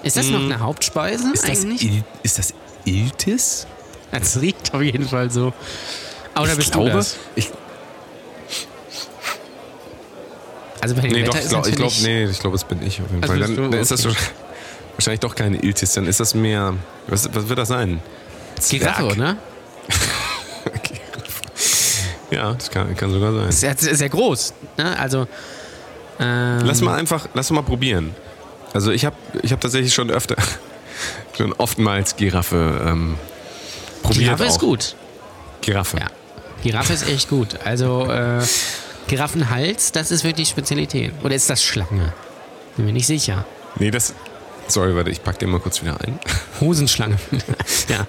C: Ist das noch eine Hauptspeise
B: Hm. Ist das,
C: eigentlich?
B: Il, ist das Iltis?
C: Das, riecht auf jeden Fall so. Aber da
B: ich
C: bist
B: glaube,
C: du das?
B: Ich,
C: Also bei dem
B: Nee,
C: Wetter
B: doch, ich
C: ist
B: glaube, glaub,
C: natürlich...
B: nee, ich glaube, es bin ich auf jeden
C: Also
B: Fall. Dann,
C: bist du-
B: dann ist das
C: okay.
B: doch- wahrscheinlich doch keine Iltis, dann ist das mehr. Was, was wird das sein?
C: Giraffe,
B: Zwerg.
C: oder?
B: Ja, das kann, kann sogar sein.
C: Ist ja ist ja groß. Ne? Also... Ähm,
B: Lass mal einfach, lass mal probieren. Also ich habe ich hab tatsächlich schon öfter, schon oftmals Giraffe ähm, probiert.
C: Giraffe
B: auch.
C: ist gut.
B: Giraffe.
C: Ja. Giraffe ist echt gut. Also äh, Giraffenhals, das ist wirklich Spezialität. Oder ist das Schlange? Bin mir nicht sicher.
B: Nee, das. Sorry, warte, ich pack den mal kurz wieder ein.
C: Hosenschlange. ja.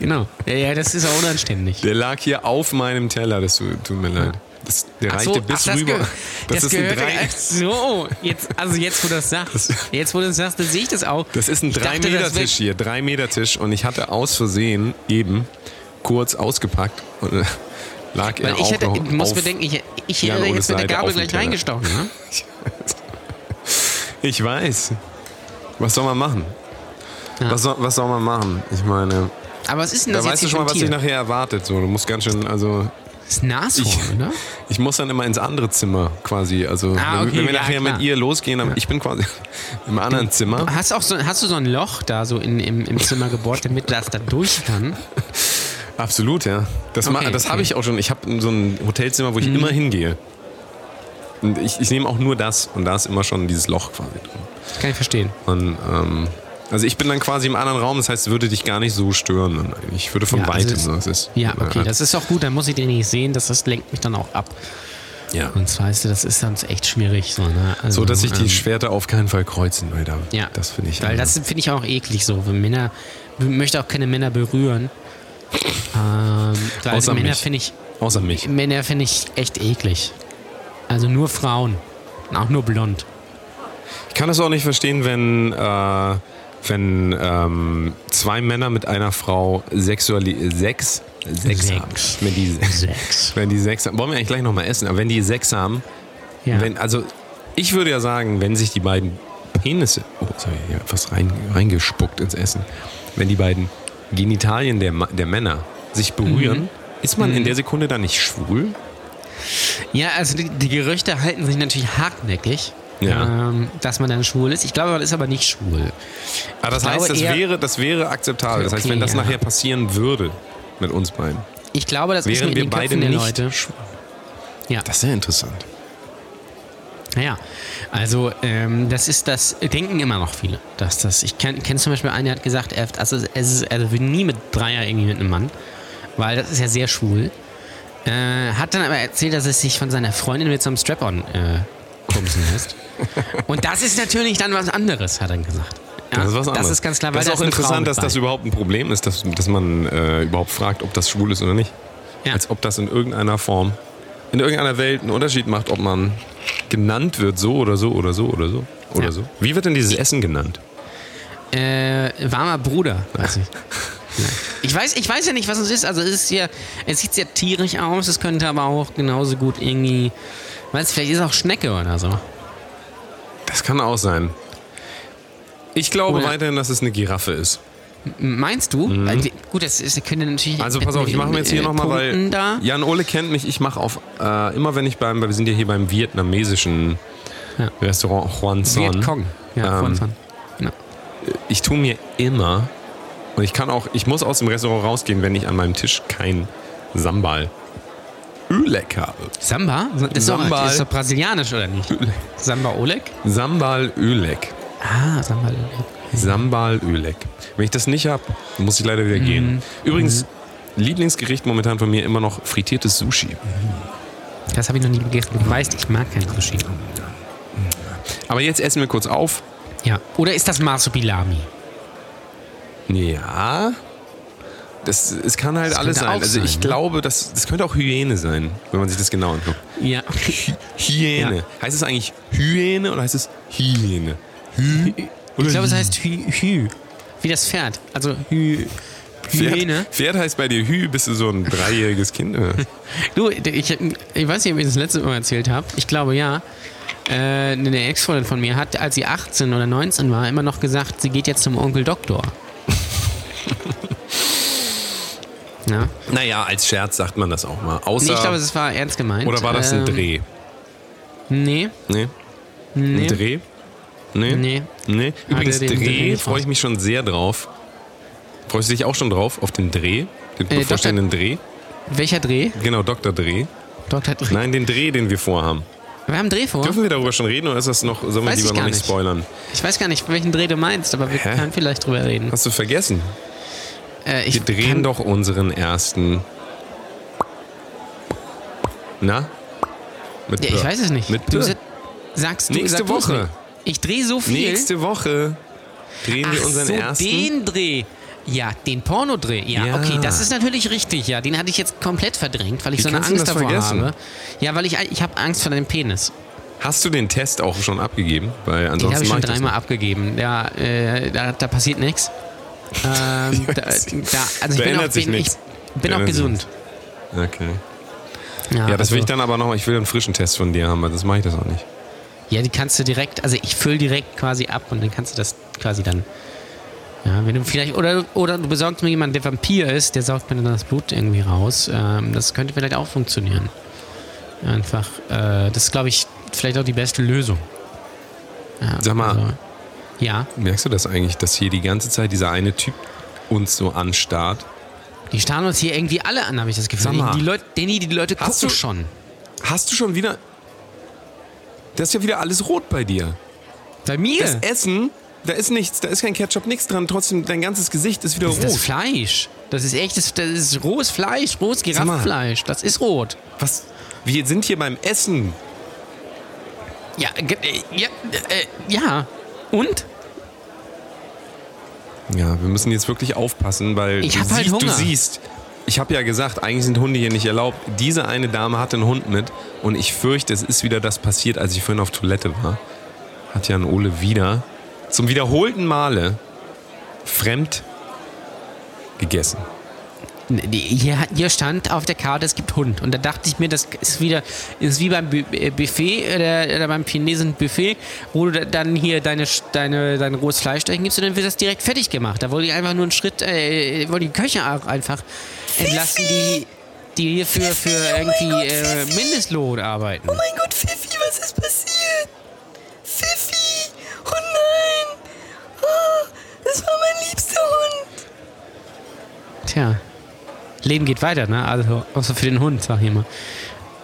C: Genau. Ja, ja, das ist auch unanständig.
B: Der lag hier auf meinem Teller, das tut tut mir leid. Das, der reichte bis
C: das
B: rüber.
C: gehö- Das,
B: ist ein
C: gehört
B: drei,
C: Ach so, jetzt, also jetzt, wo du das sagst, jetzt, wo du das sagst, dann sehe ich das auch.
B: Das ist ein
C: Ich dachte, das wär-
B: 3-Meter-Tisch hier, 3-Meter-Tisch und ich hatte aus Versehen eben kurz ausgepackt und äh, lag er
C: Weil ich
B: auch
C: hätte,
B: noch
C: ich muss
B: auf.
C: bedenken, ich, ich
B: Jan
C: hätte
B: Ole
C: jetzt mit der
B: Seite
C: Gabel
B: auf dem
C: gleich
B: Teller.
C: reingestochen. Ne?
B: Ich weiß. Was soll man machen?
C: Ja.
B: Was, soll, was soll man machen? Ich meine,
C: Aber was ist denn
B: da
C: das jetzt
B: weißt du
C: hier
B: schon mal,
C: für
B: was
C: ein
B: dich
C: Tier?
B: nachher erwartet. So, du musst ganz schön, also
C: Das ist ein Nashorn,
B: Ich-
C: oder?
B: ich muss dann immer ins andere Zimmer quasi. Also
C: Ah,
B: wenn,
C: okay,
B: wenn wir
C: ja,
B: nachher
C: klar. Ah.
B: mit ihr losgehen, dann, ich bin quasi im anderen Zimmer.
C: Hast, auch so, hast du so ein Loch da so in, im, im Zimmer gebohrt, damit das da durch kann?
B: Absolut, ja. Das, ma-
C: Okay,
B: das
C: okay. Mhm.
B: habe ich auch schon. Ich habe so ein Hotelzimmer, wo ich immer hingehe. Und ich, ich nehme auch nur das und da ist immer schon dieses Loch quasi drin.
C: Kann ich verstehen.
B: Und, ähm, also ich bin dann quasi im anderen Raum, das heißt, es würde dich gar nicht so stören. dann eigentlich. Ich würde von
C: Ja, also
B: weitem.
C: es-
B: so, es ist,
C: Ja, okay, das ist auch gut, dann muss ich den nicht sehen, das, das lenkt mich dann auch ab.
B: ja.
C: Und zwar ist das ist sonst echt schwierig. So, ne? Also,
B: So, dass sich die
C: ähm,
B: Schwerter auf keinen Fall kreuzen, weil da,
C: Ja,
B: das finde ich.
C: Weil
B: also-
C: das finde ich auch eklig so, wenn Männer, ich möchte auch keine Männer berühren. Ähm, weil
B: Außer
C: Männer
B: mich.
C: finde ich,
B: außer mich.
C: Männer finde ich echt eklig. Also nur Frauen. Und auch nur blond.
B: Ich kann es auch nicht verstehen, wenn, äh, wenn ähm, zwei Männer mit einer Frau sexuali Sex, Sex haben.
C: Sex.
B: Wenn die,
C: Sex.
B: wenn die Sex haben. Wollen wir eigentlich gleich nochmal essen, aber wenn die Sex haben,
C: Ja.
B: wenn, also ich würde ja sagen, wenn sich die beiden Penisse, oh, sorry, ich habe etwas rein, reingespuckt ins Essen, wenn die beiden Genitalien der, Ma- der Männer sich berühren,
C: Mhm.
B: ist man in der Sekunde dann nicht schwul?
C: ja, also die, die Gerüchte halten sich natürlich hartnäckig.
B: Ja.
C: Ähm, dass man dann schwul ist. Ich glaube, man ist aber nicht schwul.
B: Aber das
C: Ich
B: heißt,
C: glaube
B: das
C: eher-
B: wäre, das wäre akzeptabel. Das heißt,
C: Okay,
B: wenn das
C: ja.
B: nachher passieren würde mit uns beiden,
C: Ich glaube, das ist
B: wären
C: nur in
B: wir
C: den
B: beide
C: Köpfen der
B: nicht
C: Leute.
B: schwul.
C: Ja.
B: Das ist ja interessant.
C: Naja, also ähm, das ist das, denken immer noch viele. Dass das, ich kenne kenn zum Beispiel einen, der hat gesagt, er, also, es ist, er will nie mit Dreier irgendwie mit einem Mann, weil das ist ja sehr schwul. Äh, hat dann aber erzählt, dass es sich von seiner Freundin mit so einem Strap-on äh, bumsen lässt. Und das ist natürlich dann was anderes, hat er gesagt. Ja,
B: Das ist was anderes.
C: Das ist ganz klar, weil
B: Das ist
C: da
B: auch
C: eine Frau
B: interessant, dass
C: mit
B: das
C: bei.
B: überhaupt ein Problem ist, dass, dass man äh, überhaupt fragt, ob das schwul ist oder nicht.
C: Ja.
B: Als ob das in irgendeiner Form, in irgendeiner Welt einen Unterschied macht, ob man genannt wird, so oder so oder so oder so oder
C: Ja.
B: so. Wie wird denn dieses Essen genannt?
C: Äh, warmer Bruder, weiß ich. Ja. Ich weiß, ich weiß ja nicht, was es ist. Also es ist ja, es sieht sehr tierisch aus. Es könnte aber auch genauso gut irgendwie, weiß vielleicht ist es auch Schnecke oder so.
B: Das kann auch sein. Ich glaube
C: Oder-
B: weiterhin, dass es eine Giraffe ist.
C: M- Meinst du? Weil die- Gut, das ist, könnte natürlich.
B: Mhm. Also pass auf, ich mache mir jetzt hier
C: äh,
B: nochmal, weil
C: Punkten Da.
B: Jan Ole kennt mich, ich mache auf, äh, immer wenn ich beim, weil wir sind ja hier beim vietnamesischen
C: Ja.
B: Restaurant Huan Son.
C: Vietcong. Ja,
B: Ähm,
C: von von. Ja.
B: ich tue mir immer und ich kann auch, ich muss aus dem Restaurant rausgehen, wenn ich an meinem Tisch kein Sambal Ölek habe.
C: Samba? Das ist, doch,
B: Sambal.
C: das ist doch brasilianisch, oder nicht? Samba Oleg?
B: Sambal Ölek.
C: Ah, Samba Oleg.
B: Sambal Ölek. Wenn ich das nicht habe, muss ich leider wieder
C: Mhm.
B: gehen. Übrigens, Lieblingsgericht momentan von mir immer noch frittiertes Sushi.
C: Das habe ich noch nie gegessen. Du weißt, ich mag kein Sushi.
B: Aber jetzt essen wir kurz auf.
C: Ja. Oder ist das Marsupilami?
B: Ja. Das, es kann halt
C: Das
B: alles
C: könnte
B: sein.
C: auch
B: Also ich
C: sein, ne?
B: glaube, das, das könnte auch Hyäne sein, wenn man sich das genau anguckt.
C: Ja.
B: Hyäne.
C: Ja.
B: Heißt es eigentlich Hyäne oder heißt es Hyäne? Hy
C: Ich glaube, es
B: Hm.
C: heißt Hü, Hü. Wie das Pferd. Also Hü. Hyäne.
B: Pferd, Pferd heißt bei dir Hü, bist du so ein dreijähriges Kind. oder?
C: Du, ich, ich weiß nicht, ob ich das letzte Mal erzählt habe. Ich glaube ja. Äh, Eine Ex-Freundin von mir hat, als sie 18 oder 19 war, immer noch gesagt, sie geht jetzt zum Onkel Doktor. ja.
B: Naja, als Scherz sagt man das auch mal. Außer,
C: Nee, ich glaube, es war ernst gemeint.
B: oder war das ein
C: Ähm,
B: Dreh?
C: Nee,
B: Nee?
C: nee.
B: Ein Dreh? Nee?
C: Nee.
B: nee. Übrigens,
C: er den Dreh
B: Dreh
C: nicht
B: freue ich mich schon sehr drauf. Freust du dich auch schon drauf auf den Dreh? Den
C: Äh,
B: bevorstehenden Dreh?
C: Welcher Dreh?
B: Genau, Dr. Dreh.
C: Dr. Dreh.
B: Nein, den Dreh, den wir vorhaben.
C: Wir haben einen Dreh vor.
B: Dürfen wir darüber schon reden oder ist das noch, sollen wir
C: Weiß ich
B: lieber noch
C: gar
B: nicht,
C: nicht.
B: spoilern?
C: Ich weiß gar nicht, welchen Dreh du meinst, aber wir
B: Hä?
C: können vielleicht drüber reden.
B: Hast du vergessen?
C: Äh, ich
B: Wir drehen
C: kann-
B: doch unseren ersten. Na? Mit
C: Ja, ich
B: Pö.
C: weiß es nicht.
B: Mit
C: du
B: Pö.
C: sa- sagst du,
B: Nächste
C: sag du's
B: Woche.
C: mir. Ich drehe so viel.
B: Nächste Woche drehen
C: Ach
B: wir unseren
C: so,
B: ersten.
C: den Dreh. Ja, den Pornodreh. Ja,
B: Ja.
C: okay, das ist natürlich richtig. Ja, den hatte ich jetzt komplett verdrängt, weil ich
B: Wie
C: so eine
B: kannst du
C: Angst
B: das
C: davor
B: vergessen?
C: habe. Ja, weil ich ich habe Angst vor deinem Penis.
B: Hast du den Test auch schon abgegeben? Weil
C: Den habe
B: ansonsten
C: ich schon
B: mach das
C: dreimal
B: nicht.
C: abgegeben. Ja, äh, da, da passiert nichts. Ähm, da, da, also ich bin auch,
B: ändert sich
C: bin, ich
B: nichts.
C: bin
B: Da
C: auch
B: ändert sich
C: gesund. Ah,
B: Okay. Ja, das
C: also-
B: will ich dann aber noch. Ich will einen frischen Test von dir haben, weil das mache ich das auch nicht.
C: Ja, die kannst du direkt, also ich fülle direkt quasi ab und dann kannst du das quasi dann. Ja, wenn du vielleicht, oder, oder du besorgst mir jemanden, der Vampir ist, der saugt mir dann das Blut irgendwie raus. Ähm, das könnte vielleicht auch funktionieren. Einfach, äh, das ist, glaube ich, vielleicht auch die beste Lösung. Ja, also,
B: Sag mal.
C: ja,
B: Merkst du das eigentlich, dass hier die ganze Zeit dieser eine Typ uns so anstarrt?
C: Die starren uns hier irgendwie alle an, habe ich das Gefühl.
B: Sag mal,
C: die Leute, Danny, die Leute gucken
B: hast du-
C: schon.
B: Hast du schon wieder. Das ist ja wieder alles rot bei dir.
C: Bei mir
B: Das Essen, da ist nichts, da ist kein Ketchup, nichts dran. Trotzdem, dein ganzes Gesicht ist wieder
C: das ist das
B: rot.
C: Fleisch. Das ist echtes, das ist rohes Fleisch, rohes
B: Sag mal.
C: Giraffenfleisch. Das ist rot.
B: Was? Wir sind hier beim Essen.
C: Ja, ge- äh, ja, äh, ja. Und?
B: Ja, wir müssen jetzt wirklich aufpassen, weil
C: Ich
B: du,
C: hab halt
B: siehst, du
C: Hunger.
B: siehst, ich habe ja gesagt, eigentlich sind Hunde hier nicht erlaubt. Diese eine Dame hatte einen Hund mit und ich fürchte, es ist wieder das passiert, als ich vorhin auf Toilette war. Hat Jan Ole wieder zum wiederholten Male fremd gegessen.
C: N- die- Hier, hat- hier stand auf der Karte, es gibt Hund. Und da dachte ich mir, das ist wieder, ist wie beim Bu- äh, Buffet oder, oder beim chinesischen Buffet, wo du da- dann hier deine, Sch- deine, dein rohes Fleisch dahin gibst und dann wird das direkt fertig gemacht. Da wollte ich einfach nur einen Schritt, äh, wollte die Köche auch einfach entlassen, die, die hier für, für
E: Fifi, oh mein
C: irgendwie
E: Gott,
C: äh,
E: Fifi.
C: Mindestlohn arbeiten.
E: Oh mein Gott, Fifi, was ist passiert? Fifi, oh nein. Oh, das war mein liebster Hund.
C: Tja. Leben geht weiter, ne? Also, außer für den Hund, sag ich mal.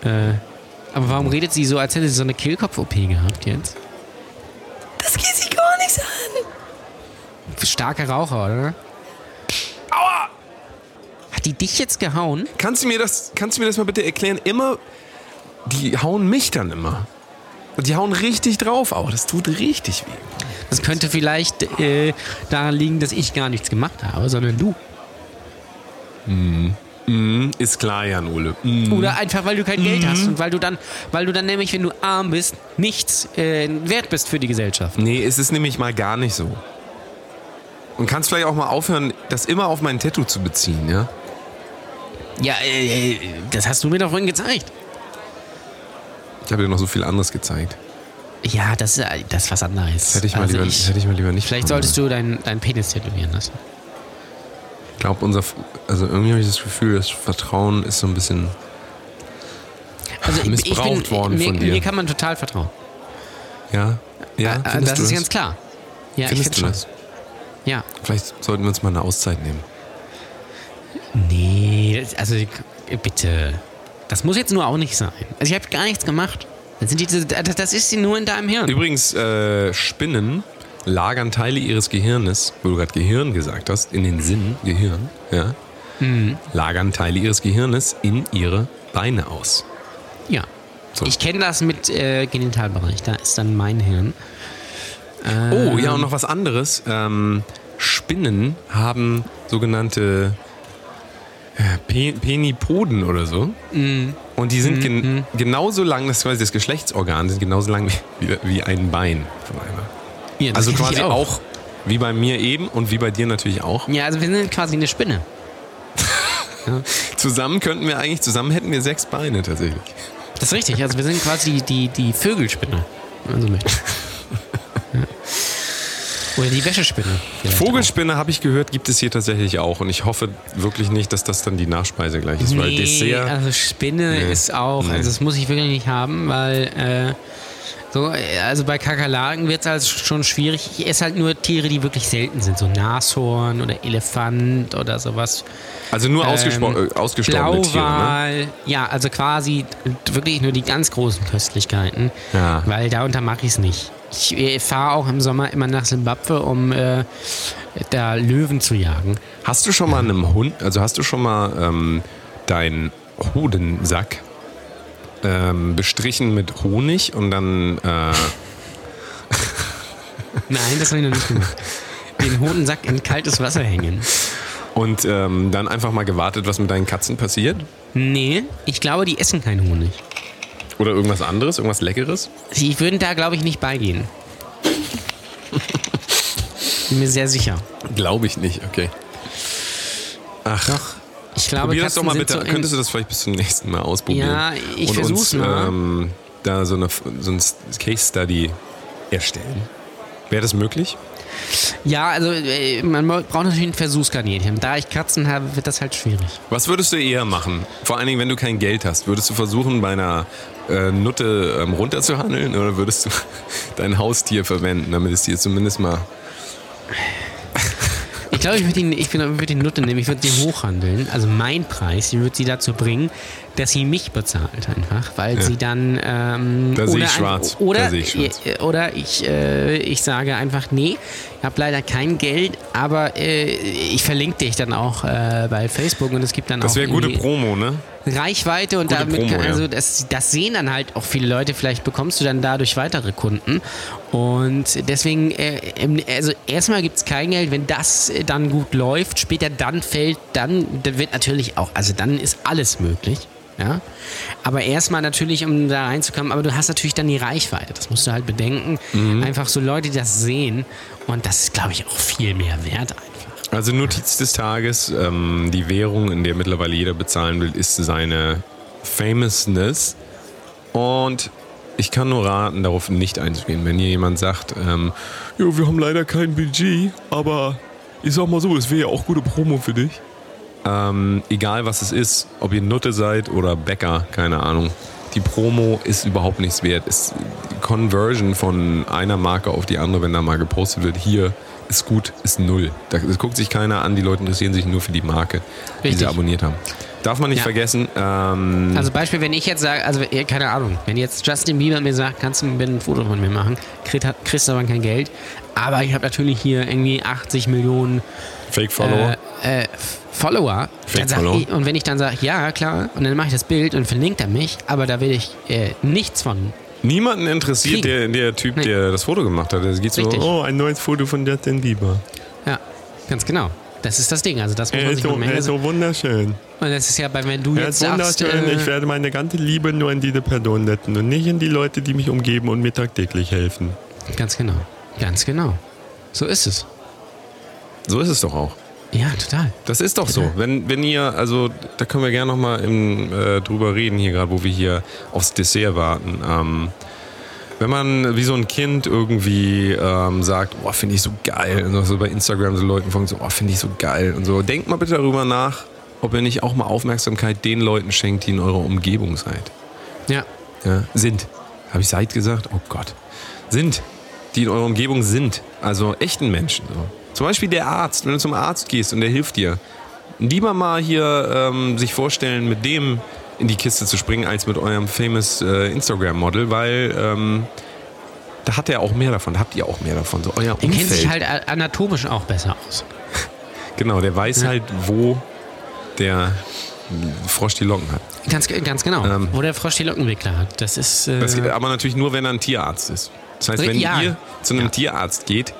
C: Äh, aber warum redet sie so, als hätte sie so eine Kehlkopf-OP gehabt jetzt?
E: Das geht sie gar nichts an.
C: Starker Raucher, oder? Aua! Hat die dich jetzt gehauen?
B: Kannst du mir das, kannst du mir das mal bitte erklären? Immer, die hauen mich dann immer. Und die hauen richtig drauf auch. Das tut richtig weh.
C: Das könnte vielleicht äh, daran liegen, dass ich gar nichts gemacht habe, sondern du.
B: Ist klar, Jan Ole.
C: Oder einfach, weil du kein Geld hast und weil du dann, weil du dann nämlich, wenn du arm bist, nichts äh, wert bist für die Gesellschaft.
B: Nee, es ist nämlich mal gar nicht so. Und kannst vielleicht auch mal aufhören, das immer auf mein Tattoo zu beziehen, ja?
C: Ja, äh, das hast du mir doch vorhin gezeigt.
B: Ich habe dir noch so viel anderes gezeigt.
C: Ja, das ist, äh, das ist was
B: Das
C: anderes. Also
B: hätte ich mal, lieber,
C: ich-
B: hätte ich mal lieber nicht.
C: Vielleicht solltest du deinen deinen Penis tätowieren lassen.
B: Ich glaube, unser. Also irgendwie habe ich das Gefühl, das Vertrauen ist so ein bisschen.
C: Also ich- ich
B: Missbraucht
C: bin-
B: worden
C: mir,
B: von dir.
C: Mir kann man total vertrauen.
B: Ja? Ja?
C: Äh, äh,
B: findest
C: das
B: du
C: ist ganz klar. Ja,
B: Findest du
C: ich finde
B: das?
C: schon. Ja.
B: Vielleicht sollten wir uns mal eine Auszeit nehmen.
C: Nee, das- also äh, bitte. Das muss jetzt nur auch nicht sein. Also ich habe gar nichts gemacht. Das, sind diese, das das ist nur in deinem Hirn.
B: Übrigens, äh, Spinnen lagern Teile ihres Gehirnes, wo du gerade Gehirn gesagt hast, in den Sinn, Gehirn, ja?
C: Mhm.
B: Lagern Teile ihres Gehirnes in ihre Beine aus.
C: Ja.
B: So.
C: Ich kenne das mit äh, Genitalbereich. Da ist dann mein Hirn.
B: Oh, ja, und noch was anderes. Ähm, Spinnen haben sogenannte äh, Pe Penipoden oder so.
C: Mhm.
B: Und die sind gen genauso lang, das ist quasi das Geschlechtsorgan, sind genauso lang wie, wie- wie ein Bein von einer.
C: Ja, das
B: Also
C: kenn ich
B: quasi auch. wie bei mir eben und wie bei dir natürlich auch.
C: Ja, also wir sind quasi eine Spinne.
B: Zusammen könnten wir eigentlich, zusammen hätten wir sechs Beine tatsächlich.
C: Das ist richtig. Also wir sind quasi die, die Vögelspinne. wenn man so möchte. Ja. Oder die Wäschespinne. vielleicht
B: Vogelspinne, habe ich gehört, gibt es hier tatsächlich auch. Und ich hoffe wirklich nicht, dass das dann die Nachspeise gleich ist,
C: Nee,
B: weil Dessert.
C: also Spinne
B: Nee,
C: ist auch,
B: nee.
C: also das muss ich wirklich nicht haben, weil äh, so, äh, also bei Kakerlaken wird es halt schon schwierig. Ich esse halt nur Tiere, die wirklich selten sind, so Nashorn oder Elefant oder sowas.
B: Also nur ausgespro-
C: äh, Ähm,
B: äh, ausgestorbene Tiere. Ne?
C: ja, also quasi wirklich nur die ganz großen Köstlichkeiten,
B: Ja.
C: weil darunter mache ich es nicht. Ich äh, fahre auch im Sommer immer nach Simbabwe, um äh, da Löwen zu jagen.
B: Hast du schon mal einem Hund, also hast du schon mal ähm, deinen Hodensack ähm, bestrichen mit Honig und dann äh,
C: Nein, das habe ich noch nicht gemacht. Den Hodensack in kaltes Wasser hängen.
B: und ähm, dann einfach mal gewartet, was mit deinen Katzen passiert?
C: Nee, ich glaube, die essen keinen Honig.
B: Oder irgendwas anderes, irgendwas Leckeres?
C: Sie würden da, glaube ich, nicht beigehen. Bin mir sehr sicher.
B: Glaube ich nicht, okay. Ach,
C: Ich glaube,
B: probier das
C: Katzen
B: doch mal
C: sind
B: bitte.
C: So
B: Könntest du
C: Könntest
B: das vielleicht bis zum nächsten Mal ausprobieren?
C: Ja, ich
B: und
C: versuch's
B: uns,
C: mal.
B: Ähm, da so, eine, so ein Case Study erstellen. Wäre das möglich?
C: ja, also äh, man braucht natürlich ein Versuchskaninchen. Da ich Katzen habe, wird das halt schwierig.
B: Was würdest du eher machen? Vor allen Dingen, wenn du kein Geld hast. Würdest du versuchen, bei einer äh, Nutte ähm, runterzuhandeln oder würdest du dein Haustier verwenden, damit es dir zumindest mal.
C: Ich glaube, ich würde die, ich würd die Nutte nehmen, ich würde sie hochhandeln. Also mein Preis, ich würde sie dazu bringen, dass sie mich bezahlt einfach, weil sie dann... Ähm,
B: Da sehe ich
C: ein-
B: schwarz. Da
C: Oder,
B: sehe ich schwarz.
C: äh, oder ich, äh, ich sage einfach, nee, ich habe leider kein Geld, aber äh, ich verlinke dich dann auch äh, bei Facebook und es gibt dann
B: Das
C: auch...
B: wäre gute
C: irgendwie-
B: Promo, ne?
C: Reichweite und
B: Gute
C: damit
B: Promo,
C: kann, also
B: ja.
C: das, das sehen dann halt auch viele Leute. Vielleicht bekommst du dann dadurch weitere Kunden. Und deswegen, äh, im- also erstmal gibt es kein Geld, wenn das äh, dann gut läuft, später dann fällt, dann, dann wird natürlich auch, also dann ist alles möglich. Ja? Aber erstmal natürlich, um da reinzukommen, aber du hast natürlich dann die Reichweite, das musst du halt bedenken.
B: Mhm.
C: Einfach so Leute, die das sehen und das ist, glaube ich, auch viel mehr wert einfach.
B: Also Notiz des Tages, ähm, die Währung, in der mittlerweile jeder bezahlen will, ist seine Famousness. Und ich kann nur raten, darauf nicht einzugehen. Wenn hier jemand sagt, ähm, ja, wir haben leider kein Budget, aber ich sag mal so, es wäre ja auch gute Promo für dich. Ähm, egal was es ist, ob ihr Nutte seid oder Bäcker, keine Ahnung. Die Promo ist überhaupt nichts wert. Ist die Conversion von einer Marke auf die andere, wenn da mal gepostet wird, hier ist gut, ist null. Da, das guckt sich keiner an, die Leute interessieren sich nur für die Marke, die sie
C: Richtig.
B: abonniert haben. Darf man nicht
C: Ja.
B: vergessen, ähm,
C: Also Beispiel, wenn ich jetzt sage, also eh, keine Ahnung, wenn jetzt Justin Bieber mir sagt, kannst du mir bitte ein Foto von mir machen, kriegt, hat- kriegst aber kein Geld, aber ich habe natürlich hier irgendwie 80 Millionen
B: Fake-Follower.
C: äh, äh, Follower.
B: Fake
C: Dann sag
B: Follower.
C: ich, und wenn ich dann sage, ja klar, und dann mache ich das Bild und verlinkt er mich, aber da will ich äh, nichts von.
B: Niemanden interessiert der,
C: Kriegen.
B: der Typ,
C: Nee.
B: der das Foto gemacht hat. Es geht so,
C: Richtig.
B: oh, ein neues Foto von Justin Bieber.
C: Ja, ganz genau. Das ist das Ding, also das muss
B: Äh,
C: man sich
B: Oh,
C: mal merken.
B: wunderschön.
C: Und das ist ja bei, wenn du
F: Er
C: jetzt
F: ist
C: sagst,
F: wunderschön.
C: äh,
F: ich werde meine ganze Liebe nur an diese Person setzen und nicht an die Leute, die mich umgeben und mir tagtäglich helfen.
C: ganz genau, ganz genau. So ist es.
B: So ist es doch auch.
C: Ja, total.
B: Das ist doch so. Wenn, wenn ihr, also da können wir gerne nochmal äh, drüber reden, hier gerade, wo wir hier aufs Dessert warten. Ähm, wenn man wie so ein Kind irgendwie ähm, sagt, oh, finde ich so geil, und so bei Instagram so Leuten folgen, so, oh, finde ich so geil und so, denkt mal bitte darüber nach, ob ihr nicht auch mal Aufmerksamkeit den Leuten schenkt, die in eurer Umgebung seid.
C: Ja,
B: Ja, Äh, sind. Habe ich seid gesagt? Oh Gott. Sind. Die in eurer Umgebung sind. Also echten Menschen. So. Zum Beispiel der Arzt. Wenn du zum Arzt gehst und der hilft dir. Lieber mal hier ähm, sich vorstellen, mit dem in die Kiste zu springen, als mit eurem famous äh, Instagram-Model, weil ähm, da hat er auch mehr davon, da habt ihr auch mehr davon. So euer
C: der kennt sich
B: Umfeld.
C: halt a- anatomisch auch besser aus.
B: genau, der weiß halt, wo der Frosch die Locken hat.
C: Ganz, ganz genau.
B: Ähm.
C: Wo der Frosch die Lockenwickler hat. Das ist. Äh,
B: Das geht aber natürlich nur, wenn er ein Tierarzt ist. Das heißt, wenn
C: Ja.
B: ihr zu einem
C: Ja.
B: Tierarzt geht,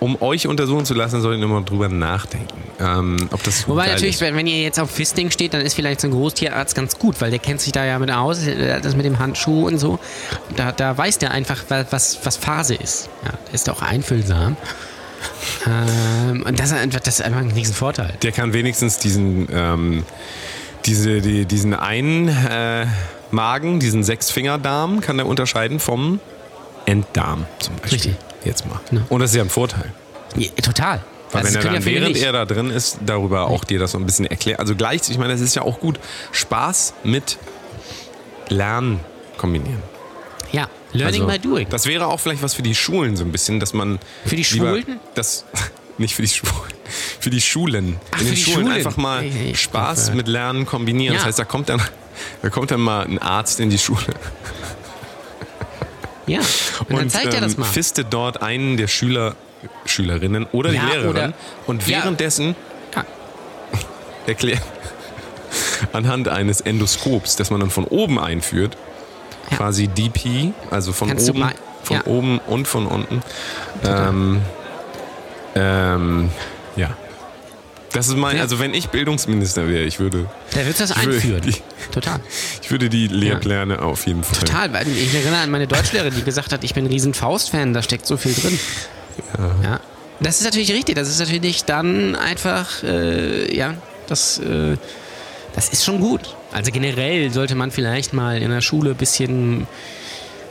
B: um euch untersuchen zu lassen, solltet ihr immer drüber nachdenken. Ähm, ob das
C: Wobei
B: geil
C: natürlich,
B: ist.
C: wenn, wenn ihr jetzt auf Fisting steht, dann ist vielleicht so ein Großtierarzt ganz gut, weil der kennt sich da ja mit aus, äh, das mit dem Handschuh und so. Da, da weiß der einfach, wa- was, was Phase ist. Ja, der ist auch einfühlsam. ähm, und das, ist einfach- das ist einfach ein riesen Vorteil.
B: Der kann wenigstens diesen, ähm, diese, die, diesen einen äh, Magen, diesen Sechsfingerdarm, kann er unterscheiden vom Enddarm zum Beispiel.
C: Richtig.
B: Jetzt mal.
C: Ja.
B: Und das ist ja ein Vorteil.
C: Ja, total. Also,
B: Weil
C: das
B: wenn er dann,
C: können ja viele
B: während
C: nicht.
B: er da drin ist, darüber auch dir das so ein bisschen erklärt. Also gleich, ich meine, das ist ja auch gut. Spaß mit Lernen kombinieren.
C: ja, Learning
B: also,
C: by Doing.
B: Das wäre auch vielleicht was für die Schulen so ein bisschen, dass man.
C: Für die
B: lieber-
C: Schwulen?
B: Das, nicht für die Schwulen. Für die Schulen.
C: Ach,
B: In den
C: für die
B: Schulen
C: Schulen.
B: einfach mal
C: Ey, ey, ich
B: Spaß
C: hoffe-
B: mit Lernen kombinieren. Das
C: Ja.
B: heißt, da kommt dann. Da kommt dann mal ein Arzt in die Schule
C: ja. Und, dann
B: und
C: zeigt er das
B: ähm,
C: mal.
B: fistet dort einen der Schüler, Schülerinnen oder
C: Ja,
B: die Lehrerin
C: oder-
B: und
C: Ja.
B: währenddessen
C: Ja.
B: erklärt anhand eines Endoskops, das man dann von oben einführt,
C: Ja.
B: quasi DP, also von
C: Kannst du
B: oben,
C: mal-
B: von
C: ja.
B: oben und von unten. Ähm, ähm, ja. Das ist mein,
C: Ja.
B: also wenn ich Bildungsminister wäre, ich würde,
C: Da wird das
B: Ich will-
C: einführen.
B: ich-
C: total.
B: ich würde die Lehrpläne auf jeden Fall.
C: Total, weil ich erinnere an meine Deutschlehrerin, die gesagt hat, ich bin ein riesen Faust-Fan, da steckt so viel drin. Ja. Das ist natürlich richtig, das ist natürlich dann einfach, äh, ja, das, äh, das ist schon gut. Also generell sollte man vielleicht mal in der Schule ein bisschen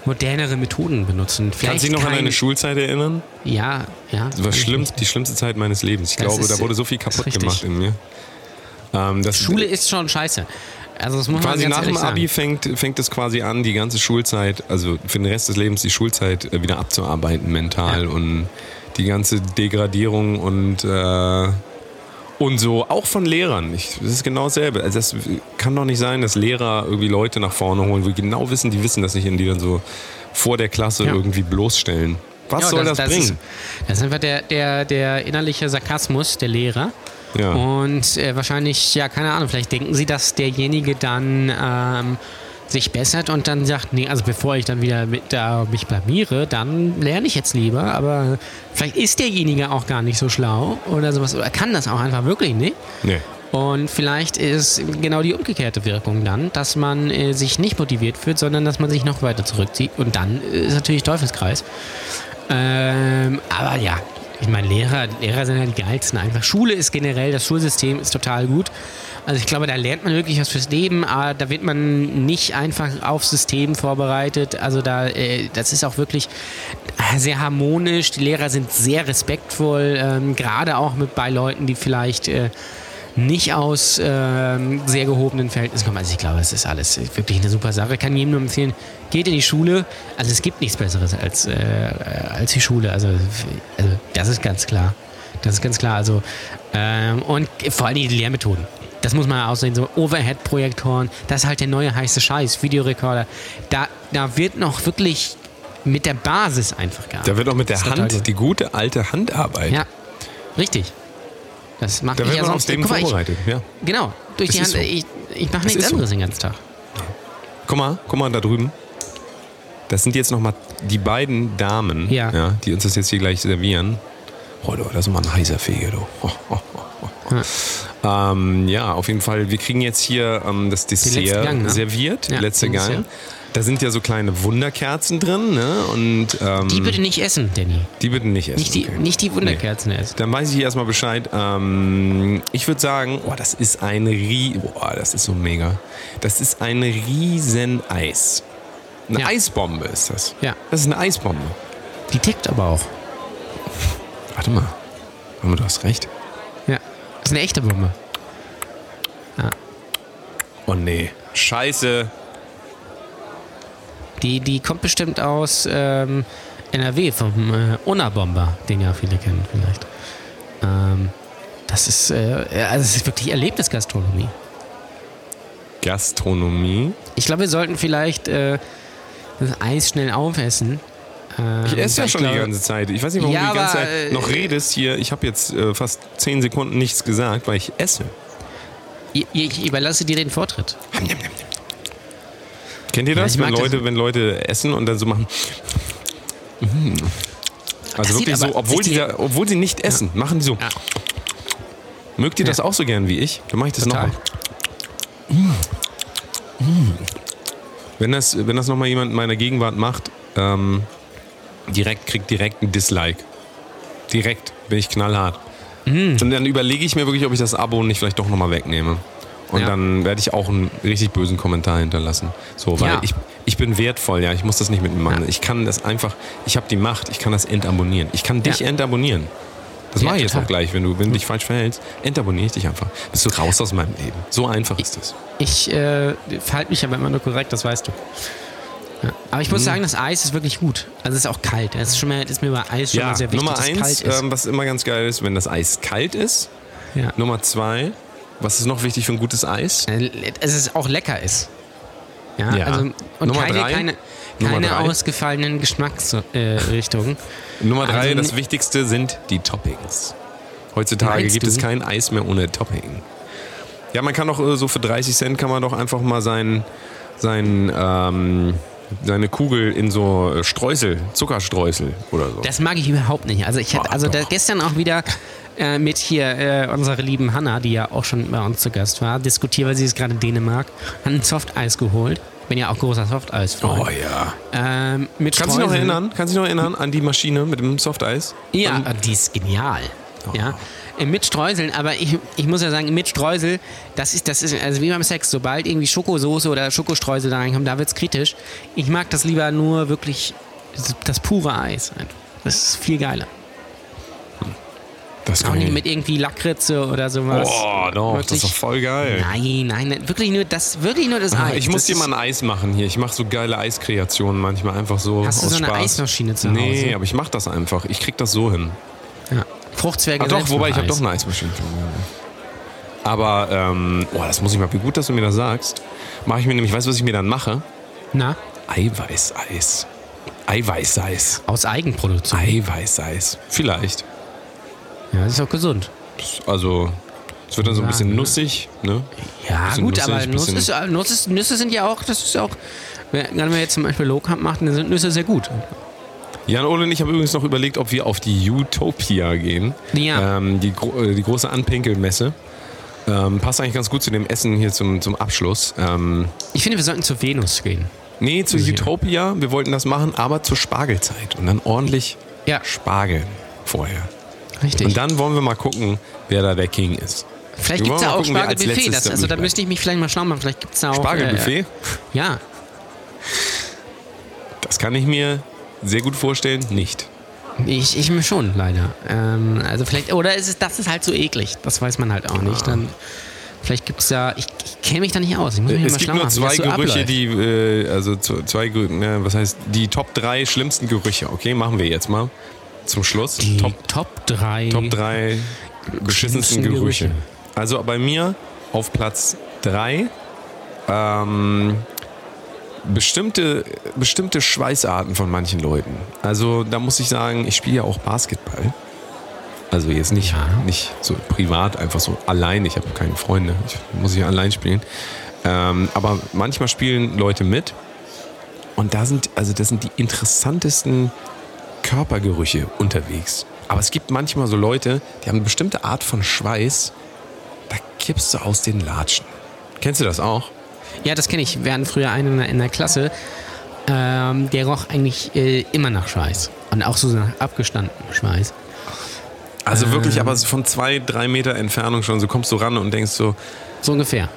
C: modernere Methoden benutzen. Vielleicht
B: Kannst du dich noch an
C: kein-
B: deine Schulzeit erinnern?
C: Ja, ja.
B: Das war schlimm,
C: Richtig.
B: die schlimmste Zeit meines Lebens. Ich
C: Das
B: glaube,
C: ist-
B: da wurde so viel
C: das ist
B: kaputt
C: richtig.
B: gemacht in mir. Ähm, das
C: Schule ist schon scheiße. Also das muss
B: quasi
C: man ganz
B: nach dem
C: ehrlich
B: Abi
C: sagen.
B: fängt, fängt es quasi an, die ganze Schulzeit, also für den Rest des Lebens die Schulzeit äh, wieder abzuarbeiten, mental
C: Ja.
B: und die ganze Degradierung und, äh, und so, auch von Lehrern. Ich, das ist genau dasselbe. Also das kann doch nicht sein, dass Lehrer irgendwie Leute nach vorne holen, wo die genau wissen, die wissen das nicht und die dann so vor der Klasse
C: Ja.
B: irgendwie bloßstellen. Was
C: Ja,
B: soll das, bringen?
C: Ist, das ist einfach der, der, der innerliche Sarkasmus der Lehrer.
B: Ja.
C: Und äh, wahrscheinlich, ja, keine Ahnung, vielleicht denken sie, dass derjenige dann ähm, sich bessert und dann sagt, nee, also bevor ich dann wieder mit, da mich blamiere, dann lerne ich jetzt lieber. Aber vielleicht ist derjenige auch gar nicht so schlau oder sowas. Oder kann das auch einfach wirklich nicht.
B: nee.
C: Und vielleicht ist genau die umgekehrte Wirkung dann, dass man äh, sich nicht motiviert fühlt, sondern dass man sich noch weiter zurückzieht. Und dann äh, ist natürlich Teufelskreis. Ähm, aber ja, ich meine, Lehrer, Lehrer sind ja die geilsten einfach. Schule ist generell, das Schulsystem ist total gut. Also ich glaube, da lernt man wirklich was fürs Leben, aber da wird man nicht einfach aufs System vorbereitet. Also da, äh, das ist auch wirklich sehr harmonisch. Die Lehrer sind sehr respektvoll, ähm, gerade auch mit bei Leuten, die vielleicht äh, nicht aus ähm, sehr gehobenen Verhältnissen kommen. Also ich glaube, es ist alles wirklich eine super Sache. Kann jedem nur empfehlen, geht in die Schule. Also es gibt nichts Besseres als, äh, als die Schule. Also, also das ist ganz klar. Das ist ganz klar. Also, ähm, und vor allem die Lehrmethoden. Das muss man aussehen, so Overhead-Projektoren, das ist halt der neue heiße Scheiß, Videorekorder. Da, da wird noch wirklich mit der Basis einfach gearbeitet.
B: Da wird auch mit der
C: Das ist total gut.
B: Hand, die gute alte Handarbeit.
C: Ja, richtig. Das macht
B: Da
C: mich
B: wird
C: ja
B: man
C: sonst
B: auf dem
C: Guck mal, ich,
B: vorbereitet. Ja.
C: Genau, durch
B: Es
C: die Hand.
B: ist so.
C: Ich, ich mache nichts
B: ist so.
C: anderes den ganzen Tag.
B: Guck mal, guck mal da drüben. Das sind jetzt nochmal die beiden Damen,
C: Ja.
B: die uns das jetzt hier gleich servieren. Oh, du, das ist mal ein heißer Fege, du. Oh, oh, oh, oh. Ähm, ja, auf jeden Fall. Wir kriegen jetzt hier ähm, das Dessert
C: letzten Gang, ne?
B: serviert,
C: Ja,
B: der letzte
C: den
B: Gang.
C: Dessert.
B: Da sind ja so kleine Wunderkerzen drin, ne? Und ähm,
C: Die bitte nicht essen, Danny.
B: die bitte nicht essen.
C: Nicht die,
B: okay.
C: nicht die Wunderkerzen essen.
B: Dann weiß ich hier erstmal Bescheid. Ähm, ich würde sagen, oh, das ist ein Rie boah, das ist so mega. Das ist ein riesen Eis. Eine
C: Ja.
B: Eisbombe ist das.
C: Ja.
B: Das ist eine Eisbombe.
C: Die tickt aber auch.
B: Warte mal. Aber du hast recht.
C: Ja. Das ist eine echte Bombe.
B: Oh nee. Scheiße.
C: Die, die kommt bestimmt aus ähm, NRW, vom äh, Unabomber, den ja viele kennen vielleicht. Ähm, das ist, äh, also es ist wirklich Erlebnisgastronomie.
B: Gastronomie.
C: Ich glaube, wir sollten vielleicht äh, das Eis schnell aufessen. Ähm,
B: Ich esse ja
C: weil
B: schon
C: glaube-
B: die ganze Zeit. Ich weiß nicht, warum
C: Ja,
B: du die ganze
C: aber,
B: Zeit noch
C: äh,
B: redest hier. Ich habe jetzt äh, fast 10 Sekunden nichts gesagt, weil ich esse.
C: Ich, ich überlasse dir den Vortritt.
B: Kennt ihr das,
C: ich
B: wenn
C: mag das.
B: Leute, wenn Leute essen und dann so machen? Mhm. Also
C: Das sieht
B: wirklich so,
C: aber-
B: obwohl,
C: sieht
B: die, da- obwohl sie nicht essen, machen die so.
C: Ja.
B: Mögt ihr das auch so gern wie ich? Dann mache ich das
C: Total.
B: nochmal. Wenn das, wenn das nochmal jemand in meiner Gegenwart macht, ähm, direkt kriegt direkt ein Dislike. Direkt bin ich knallhart.
C: Mhm.
B: Und dann überlege ich mir wirklich, ob ich das Abo nicht vielleicht doch nochmal wegnehme. Und
C: Ja.
B: dann werde ich auch einen richtig bösen Kommentar hinterlassen. So, weil
C: Ja.
B: ich, ich bin wertvoll, ja. Ich muss das nicht mit mir machen.
C: Ja.
B: Ich kann das einfach, ich habe die Macht, ich kann das entabonnieren. Ich kann dich
C: Ja.
B: entabonnieren. Das
C: Ja,
B: mache ich jetzt
C: total. Mhm.
B: auch gleich, wenn du, wenn du dich falsch verhältst, entabonniere ich dich einfach. Bist du raus aus meinem Leben. So einfach ist das.
C: Ich äh, verhalte mich aber immer nur korrekt, das weißt du. Ja. Aber
B: Mhm.
C: ich muss sagen, das Eis ist wirklich gut. Also es ist auch kalt. Es ist, schon mal, ist mir bei Eis schon mal sehr wichtig,
B: Nummer
C: dass es
B: eins,
C: kalt ist.
B: ähm, was immer ganz geil ist, wenn das Eis kalt ist.
C: ja.
B: Nummer zwei, was ist noch wichtig für ein gutes Eis?
C: Äh, Es ist auch lecker ist. Ja,
B: Ja.
C: also und
B: Nummer
C: keine,
B: drei.
C: keine,
B: Nummer
C: keine
B: drei.
C: ausgefallenen Geschmacksrichtungen.
B: Nummer drei,
C: Also,
B: das
C: ne-
B: Wichtigste sind die Toppings. Heutzutage
C: Meinst
B: gibt
C: du?
B: es kein Eis mehr ohne Topping. Ja, man kann doch äh, so für 30 Cent kann man doch einfach mal sein, sein, ähm, seine Kugel in so äh, Streusel, Zuckerstreusel oder so.
C: das mag ich überhaupt nicht. Also ich hatte,
B: Ah,
C: also da,
B: doch.
C: gestern auch wieder äh, mit hier äh, unserer lieben Hanna, die ja auch schon bei uns zu Gast war, diskutiert, weil sie ist gerade in Dänemark, hat ein Softeis geholt. Bin ja auch großer Softeis-Freund.
B: oh ja.
C: Ähm, mit
B: Kannst du dich noch
C: Streuseln.
B: erinnern? Kannst du dich noch erinnern an die Maschine mit dem Softeis?
C: Ja, äh, die ist genial.
B: Oh.
C: Ja. Äh, Mit Streuseln, aber ich, ich muss ja sagen, mit Streusel, das ist, das ist also wie beim Sex, sobald irgendwie Schokosoße oder Schokostreusel da reinkommen, da wird's kritisch. Ich mag das lieber nur wirklich s- das pure Eis. einfach. Das ist viel geiler.
B: Das
C: Auch
B: ich
C: nicht
B: nicht.
C: mit irgendwie Lakritze oder sowas.
B: Oh, doch, das
C: Wirklich-
B: ist doch voll geil.
C: Nein, nein, nein, wirklich nur das, wirklich nur das Eis.
B: Ah, Ich muss
C: Ah, das
B: dir
C: ist-
B: mal ein Eis machen hier. Ich mache so geile Eiskreationen manchmal einfach so.
C: Hast du
B: aus
C: so eine
B: Spaß.
C: Eismaschine zu
B: Nee,
C: Hause?
B: aber ich mache das einfach. Ich krieg das so hin.
C: Fruchtzwerge
B: Ah, doch,
C: selbst
B: wobei ich
C: noch
B: habe
C: Eis.
B: doch eine Eismaschine. Aber, ähm, boah, das muss ich mal, wie gut, dass du mir das sagst. Mache ich mir nämlich, weißt du, was ich mir dann mache?
C: Na,
B: Eiweißeis. Eiweißeis.
C: aus Eigenproduktion.
B: Eiweißeis. Vielleicht.
C: Ja, das ist auch gesund.
B: Also, es wird dann so ein bisschen
C: Ja, ne?
B: nussig, ne?
C: Ja,
B: Bisschen
C: gut,
B: nussig,
C: aber Nuss
B: bisschen-
C: ist, äh, Nuss ist, Nüsse sind ja auch, das ist auch, wenn wenn wir jetzt zum Beispiel Lokamp machen, dann sind Nüsse sehr gut.
B: Jan Ole und ich haben übrigens noch überlegt, ob wir auf die Utopia gehen.
C: Ja.
B: Ähm, die, gro äh, die große Anpinkelmesse. Ähm, passt eigentlich ganz gut zu dem Essen hier zum, zum Abschluss. Ähm,
C: Ich finde, wir sollten zu Venus gehen.
B: nee, zu
C: Ja.
B: Utopia. Wir wollten das machen, aber zur Spargelzeit. Und dann ordentlich
C: Ja.
B: Spargel vorher.
C: Richtig.
B: Und dann wollen wir mal gucken, wer da der King ist.
C: vielleicht
B: Wir
C: gibt es da
B: wollen mal
C: auch
B: gucken, wer als
C: Spargelbuffet.
B: letztes
C: Das,
B: da
C: also da
B: übrig
C: müsste ich mich vielleicht mal schlau machen. Vielleicht gibt es da auch.
B: Spargelbuffet,
C: Äh, ja.
B: das kann ich mir sehr gut vorstellen, nicht.
C: Ich, ich mir schon, leider. Ähm, also vielleicht, oder ist es, das ist halt so eklig. Das weiß man halt auch nicht. Dann, vielleicht gibt es da, ich, ich kenne mich da nicht aus. Ich muss mich
B: Äh, Es
C: mal
B: gibt
C: schlau
B: nur
C: machen, wie
B: zwei
C: das so
B: Gerüche,
C: abläuft.
B: die, äh, also zu- zwei, Gerü- ne, was heißt, die Top 3 schlimmsten Gerüche, okay, machen wir jetzt mal zum Schluss.
C: Die
B: Top,
C: Top 3.
B: Top 3 beschissensten
C: Schlimmsten
B: Gerüche.
C: Gerüche.
B: Also bei mir auf Platz 3 ähm, bestimmte, bestimmte Schweißarten von manchen Leuten. Also da muss ich sagen, ich spiele ja auch Basketball. Also jetzt nicht, nicht so privat, einfach so allein. Ich habe keine Freunde. Ich muss hier allein spielen. Ähm, aber manchmal spielen Leute mit. Und da sind, also das sind die interessantesten Körpergerüche unterwegs. Aber es gibt manchmal so Leute, die haben eine bestimmte Art von Schweiß, da kippst du aus den Latschen. Kennst du das auch?
C: Ja, das kenne ich. Wir hatten früher einen in der, in der Klasse, ähm, der roch eigentlich äh, immer nach Schweiß. Und auch so nach abgestandenem Schweiß.
B: Also
C: Ähm.
B: wirklich, aber so von zwei, drei Meter Entfernung schon, so kommst du ran und denkst so,
C: So ungefähr.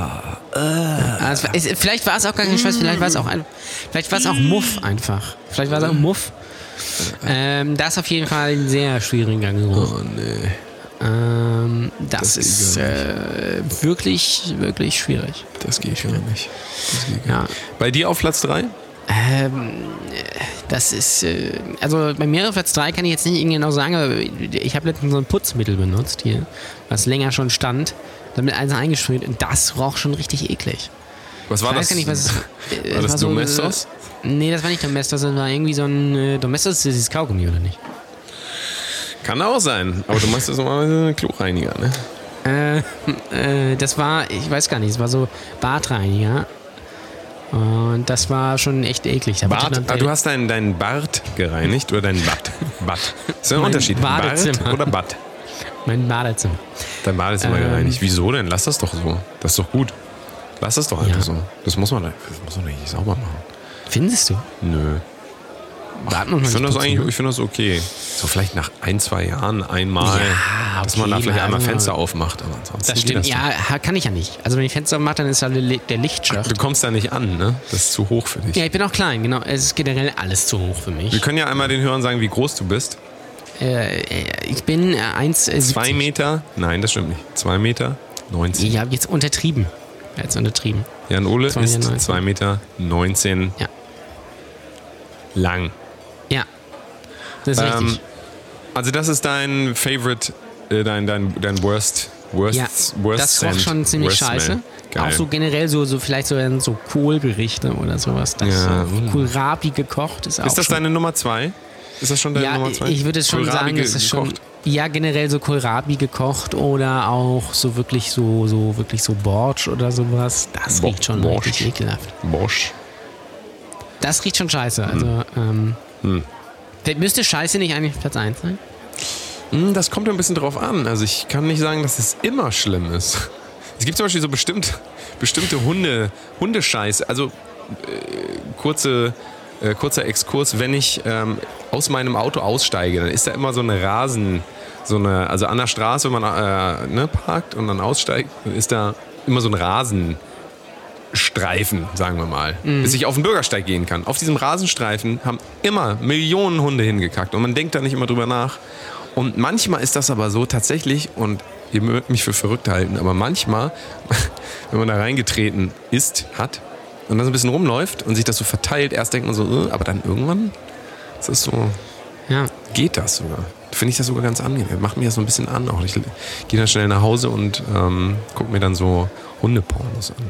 C: Ah, es war, es, vielleicht war es auch gar kein Schweiß, vielleicht war es auch, ein, vielleicht war es auch Muff einfach. Vielleicht war es auch Muff. Ähm, das ist auf jeden Fall ein sehr schwieriger Geruch.
B: oh nee.
C: Ähm, das,
B: Das
C: ist
B: geht
C: äh, wirklich, wirklich schwierig.
B: Das geht gar nicht.
C: Ja.
B: Bei dir auf Platz drei?
C: Ähm, das ist, äh, also bei mir auf Platz 3 kann ich jetzt nicht genau sagen, aber ich habe letztens so ein Putzmittel benutzt hier, was länger schon stand, damit eins eingeschmiert und das roch schon richtig eklig.
B: Was war
C: ich
B: das?
C: weiß gar nicht, was es äh,
B: war
C: es
B: das
C: so- äh,
B: Domestos?
C: nee, das war nicht Domestos, das war irgendwie so ein äh, Domestos ist dieses Kaugummi, oder nicht?
B: Kann auch sein. Aber du machst das normalerweise Kloreiniger, ne?
C: Äh, äh, das war, ich weiß gar nicht, es war so Bartreiniger. Und das war schon echt eklig. Da wurde
B: Bart,
C: dann-
B: ah, du hast deinen, deinen Bart gereinigt oder deinen Bart. Bart. Ist ja ein
C: Mein
B: Unterschied. Bart
C: Badezimmer.
B: oder Bart?
C: mein Badezimmer.
B: Dein Bad ist immer
C: Ähm.
B: gereinigt. Wieso denn? Lass das doch so. Das ist doch gut. Lass das doch einfach
C: Ja.
B: so. Das muss man, das muss man doch nicht sauber machen.
C: Findest du?
B: Nö.
C: Bad muss man
B: Ich finde
C: nicht
B: das
C: putzen,
B: eigentlich,
C: ne?
B: ich finde das okay. So vielleicht nach ein, zwei Jahren einmal,
C: Ja,
B: dass man da
C: okay,
B: vielleicht
C: mal
B: einmal
C: einmal.
B: Fenster aufmacht. Aber ansonsten
C: Das
B: geht
C: stimmt,
B: das
C: ja, ha- kann ich ja nicht. Also wenn ich Fenster mache, dann ist da le- der
B: doch.
C: Lichtschacht.
B: Du kommst da nicht an, ne? Das ist zu hoch für dich.
C: Ja, ich bin auch klein, genau. Es ist generell alles zu hoch für
B: Wir
C: mich.
B: können ja einmal den Hörern sagen, wie groß du bist.
C: Äh, äh, ich bin äh, 1... Äh,
B: Zwei
C: 70.
B: Meter? Nein, das stimmt nicht. Zwei Meter? 19.
C: Ich habe jetzt untertrieben. Jetzt untertrieben.
B: Jan Ole
C: Zwei Meter
B: ist
C: 19.
B: 2,19 Meter 19
C: Ja.
B: lang.
C: Ja. Das ist
B: Ähm,
C: richtig.
B: Also das ist dein Favorite, äh, dein, dein, dein Worst, Worst,
C: Ja,
B: Worst
C: das roch
B: Scent,
C: schon ziemlich
B: Worst
C: scheiße. genau.
B: Smell. Geil.
C: Auch so generell so, so vielleicht so, so Kohlgerichte oder sowas. Das
B: Ja.
C: so Kohlrabi gekocht genau. ist auch
B: ist das
C: schon
B: deine Nummer zwei? Ist das schon deine
C: Ja,
B: Äh, Nummer zwei?
C: ich würde es schon
B: Kohlrabi
C: sagen,
B: ge-
C: das ist schon
B: gekocht?
C: ja generell so Kohlrabi gekocht oder auch so wirklich so so wirklich so Borsch oder sowas. Das
B: Bo-
C: riecht schon
B: Borsch.
C: richtig ekelhaft.
B: Bosch.
C: Das riecht schon scheiße. Also ähm, müsste Scheiße nicht eigentlich Platz 1 sein?
B: Hm, das kommt ein bisschen drauf an. Also ich kann nicht sagen, dass es immer schlimm ist. Es gibt zum Beispiel so bestimmt, bestimmte Hunde, Hundescheiße. Also äh, kurze, äh, kurzer Exkurs, wenn ich ähm, aus meinem Auto aussteige, dann ist da immer so eine Rasen, so eine, also an der Straße, wenn man äh, ne, parkt und dann aussteigt, dann ist da immer so ein Rasenstreifen, sagen wir mal, bis ich auf den Bürgersteig gehen kann. Auf diesem Rasenstreifen haben immer Millionen Hunde hingekackt und man denkt da nicht immer drüber nach. Und manchmal ist das aber so tatsächlich, und ihr mögt mich für verrückt halten, aber manchmal, wenn man da reingetreten ist, hat und dann so ein bisschen rumläuft und sich das so verteilt, erst denkt man so, äh, aber dann irgendwann ist das so,
C: Ja.
B: geht das sogar. finde ich das sogar ganz angenehm. Macht mir das so ein bisschen an auch. Ich gehe dann schnell nach Hause und ähm, gucke mir dann so Hundepornos an.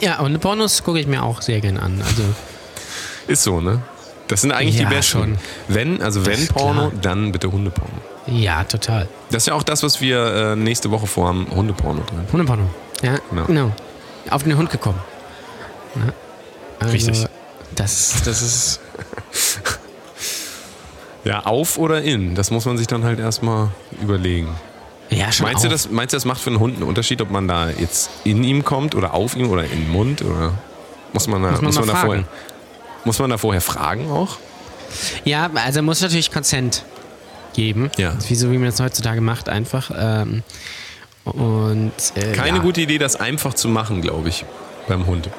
C: Ja, und Pornos gucke ich mir auch sehr gern an. Also,
B: Ist so, ne? Das sind eigentlich
C: Ja,
B: die besten.
C: schon.
B: Wenn, also
C: Das
B: wenn
C: ist
B: Porno,
C: klar.
B: dann bitte Hundeporno.
C: ja, total.
B: Das ist ja auch das, was wir äh, nächste Woche vorhaben, Hundeporno drin.
C: Hundeporno. Ja,
B: Ja.
C: genau. Auf den Hund gekommen. Ja. Also,
B: Richtig.
C: Das, das ist.
B: Ja, auf oder in, das muss man sich dann halt erstmal überlegen.
C: Ja, schon.
B: Meinst du,
C: auf.
B: das, meinst du, das macht für einen Hund einen Unterschied, ob man da jetzt in ihm kommt oder auf ihm oder in den Mund? Oder muss man da,
C: Muss man mal
B: da vorher,
C: fragen.
B: muss man da vorher fragen auch?
C: Ja, also muss natürlich Consent geben.
B: Ja.
C: Wie so wie man das heutzutage macht, einfach. Ähm, und äh,
B: Keine
C: ja.
B: gute Idee, das einfach zu machen, glaube ich, beim Hund.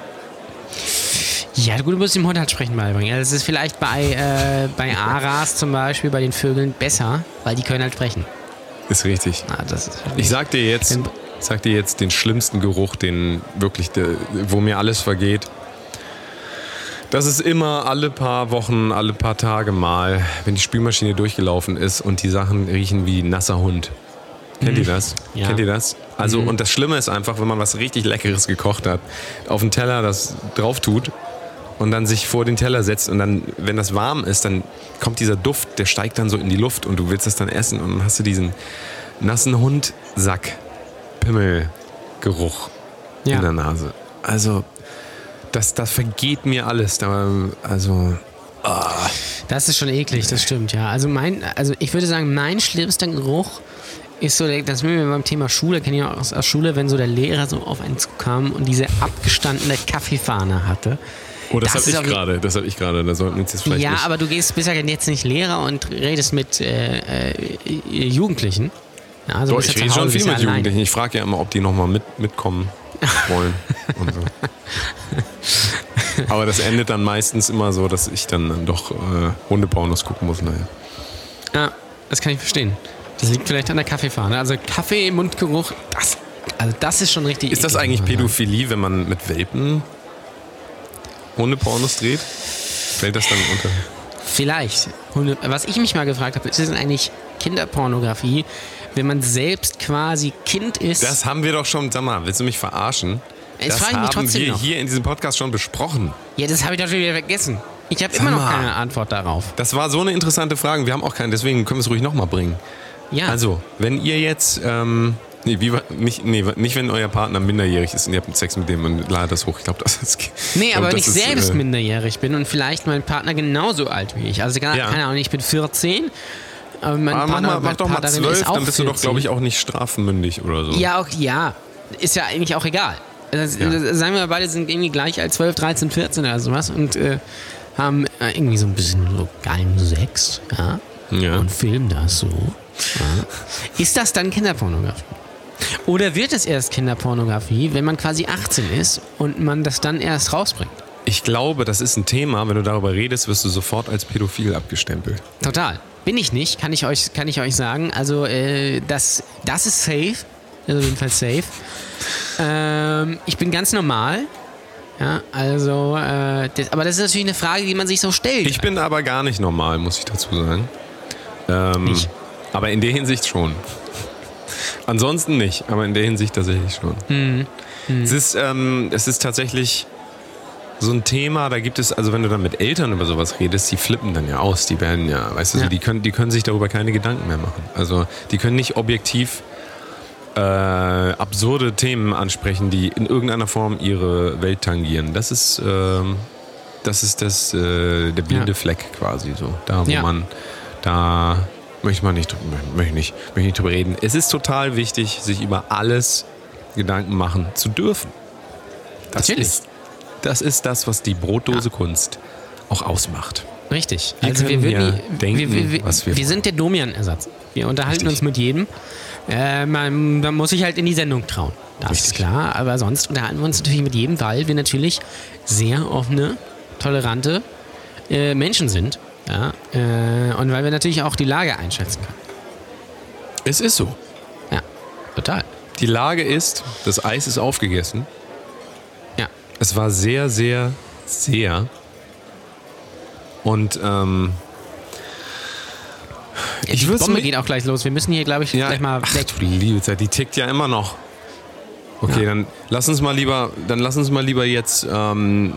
C: Ja, gut, du musst dem Hund halt sprechen beibringen. Also, es ist vielleicht bei, äh, bei Aras zum Beispiel, bei den Vögeln besser, weil die können halt sprechen.
B: Ist richtig.
C: Ah, das ist
B: Ich sag dir jetzt,
C: Im-
B: ich sag dir jetzt den schlimmsten Geruch, den wirklich, der- wo mir alles vergeht. Das ist immer alle paar Wochen, alle paar Tage mal, wenn die Spülmaschine durchgelaufen ist und die Sachen riechen wie nasser Hund. Kennt ihr das?
C: Mhm. Ja. Mhm.
B: Kennt ihr das? Also, und das Schlimme ist einfach, wenn man was richtig Leckeres gekocht hat, auf den Teller das drauf tut und dann sich vor den Teller setzt und dann, wenn das warm ist, dann kommt dieser Duft, der steigt dann so in die Luft und du willst das dann essen und dann hast du diesen nassen Hundsack Pimmelgeruch in der
C: ja.
B: Nase. Also das, das vergeht mir alles. Da, also
C: Das ist schon eklig, das stimmt, ja. Also, mein, also ich würde sagen, mein schlimmster Geruch ist so, der- das sind wir beim Thema Schule, kenne ich auch aus, aus Schule, wenn so der Lehrer so auf einen zukam und diese abgestandene Kaffeefahne hatte.
B: oh, das, habe
C: Das ist
B: ich
C: auch nicht-
B: gerade. Das habe ich gerade. Da sollten wir uns jetzt vielleicht
C: ja,
B: nicht.
C: aber du gehst, bist ja jetzt nicht Lehrer und redest mit äh, äh, Jugendlichen. Ja, also
B: Doch,
C: bist
B: ich
C: ja zu
B: rede
C: Hause,
B: schon viel
C: bist ja
B: mit
C: allein.
B: Jugendlichen. Ich frage ja immer, ob die nochmal mit, mitkommen wollen. und so. Aber das endet dann meistens immer so, dass ich dann, dann doch äh, Hundepornos gucken muss. Naja.
C: Ja, das kann ich verstehen. Das liegt vielleicht an der Kaffeefahne. Also Kaffee, Mundgeruch, das, also das ist schon richtig.
B: Ist das
C: eklig,
B: eigentlich
C: muss man sagen.
B: Pädophilie, wenn man mit Welpen Hundepornos dreht? Fällt das dann unter?
C: Vielleicht. Hunde- Was ich mich mal gefragt habe, ist das eigentlich Kinderpornografie, wenn man selbst quasi Kind ist?
B: Das haben wir doch schon, sag mal, willst du mich verarschen? das
C: Jetzt frage ich mich
B: haben
C: trotzdem
B: wir
C: noch.
B: hier in diesem Podcast schon besprochen.
C: ja, das habe ich natürlich wieder vergessen. Ich habe immer noch
B: mal.
C: keine Antwort darauf.
B: Das war so eine interessante Frage. Wir haben auch keine, deswegen können wir es ruhig nochmal bringen.
C: Ja,
B: Also, wenn ihr jetzt, ähm, nee, wie, war- nicht, nee, nicht wenn euer Partner minderjährig ist und ihr habt Sex mit dem und ladet das hoch. Ich glaube, das ist. ich
C: nee,
B: glaub,
C: aber wenn ich
B: das ist,
C: selbst
B: äh,
C: minderjährig bin und vielleicht mein Partner genauso alt wie ich. Also keine,
B: Ja.
C: keine Ahnung, ich bin 14. Aber
B: Aber
C: mein
B: Ah, mach,
C: Partner,
B: mal, mach
C: meine
B: doch mal
C: Partnerin
B: zwölf,
C: ist auch
B: dann bist du doch,
C: 14.
B: glaube ich, auch nicht strafmündig oder so.
C: Ja, auch, ja. Ist ja eigentlich auch egal. Das,
B: Ja.
C: das, sagen wir, beide sind irgendwie gleich alt, 12, 13, 14 oder sowas und äh, haben äh, irgendwie so ein bisschen so geilen Sex, ja.
B: Ja.
C: Und filmen das so. Ja. Ist das dann Kinderpornografie? Oder wird es erst Kinderpornografie, wenn man quasi 18 ist und man das dann erst rausbringt?
B: Ich glaube, das ist ein Thema. Wenn du darüber redest, wirst du sofort als pädophil abgestempelt.
C: Total. Bin ich nicht, kann ich euch, kann ich euch sagen. Also äh, das, das ist safe. Also jedenfalls safe. Ähm, ich bin ganz normal. Ja, also, äh, das, aber das ist natürlich eine Frage, die man sich so stellt.
B: Ich bin aber gar nicht normal, muss ich dazu sagen. Ähm,
C: Nicht?
B: Aber in der Hinsicht schon. Ansonsten nicht, aber in der Hinsicht tatsächlich schon.
C: Hm.
B: Es, ist, ähm, es ist tatsächlich so ein Thema, da gibt es, also wenn du dann mit Eltern über sowas redest, die flippen dann ja aus, die werden ja, weißt du, so,
C: Ja.
B: die, können, die können sich darüber keine Gedanken mehr machen. Also die können nicht objektiv äh, absurde Themen ansprechen, die in irgendeiner Form ihre Welt tangieren. Das ist, ähm, das ist das, äh, der blinde
C: Ja.
B: Fleck quasi so. Da, wo
C: Ja.
B: man, da möchte man nicht, drü- möchte nicht, möchte nicht drüber reden. Es ist total wichtig, sich über alles Gedanken machen zu dürfen. Das
C: Natürlich.
B: ist, das ist das, was die Brotdose Kunst auch ausmacht.
C: Richtig.
B: Wir
C: also wir
B: können
C: würden
B: ja denken,
C: wir, wir, wir,
B: was wir
C: wir sind der Domian-Ersatz. Wir unterhalten
B: Richtig.
C: uns mit jedem. Äh, man, man muss sich halt in die Sendung trauen. Das ist
B: Richtig.
C: klar. Aber sonst unterhalten wir uns natürlich mit jedem, weil wir natürlich sehr offene, tolerante äh, Menschen sind. Ja? Äh, und weil wir natürlich auch die Lage einschätzen können.
B: Es ist so.
C: Ja, total.
B: Die Lage ist, das Eis ist aufgegessen.
C: Ja.
B: Es war sehr, sehr, sehr. Und ähm, Ich
C: Die
B: würd's
C: Bombe
B: nicht-
C: geht auch gleich los. Wir müssen hier, glaube ich, gleich mal
B: Ach,
C: weg.
B: du liebe Zeit, die tickt ja immer noch. Okay, dann lass uns mal lieber, dann lass uns mal lieber jetzt ähm,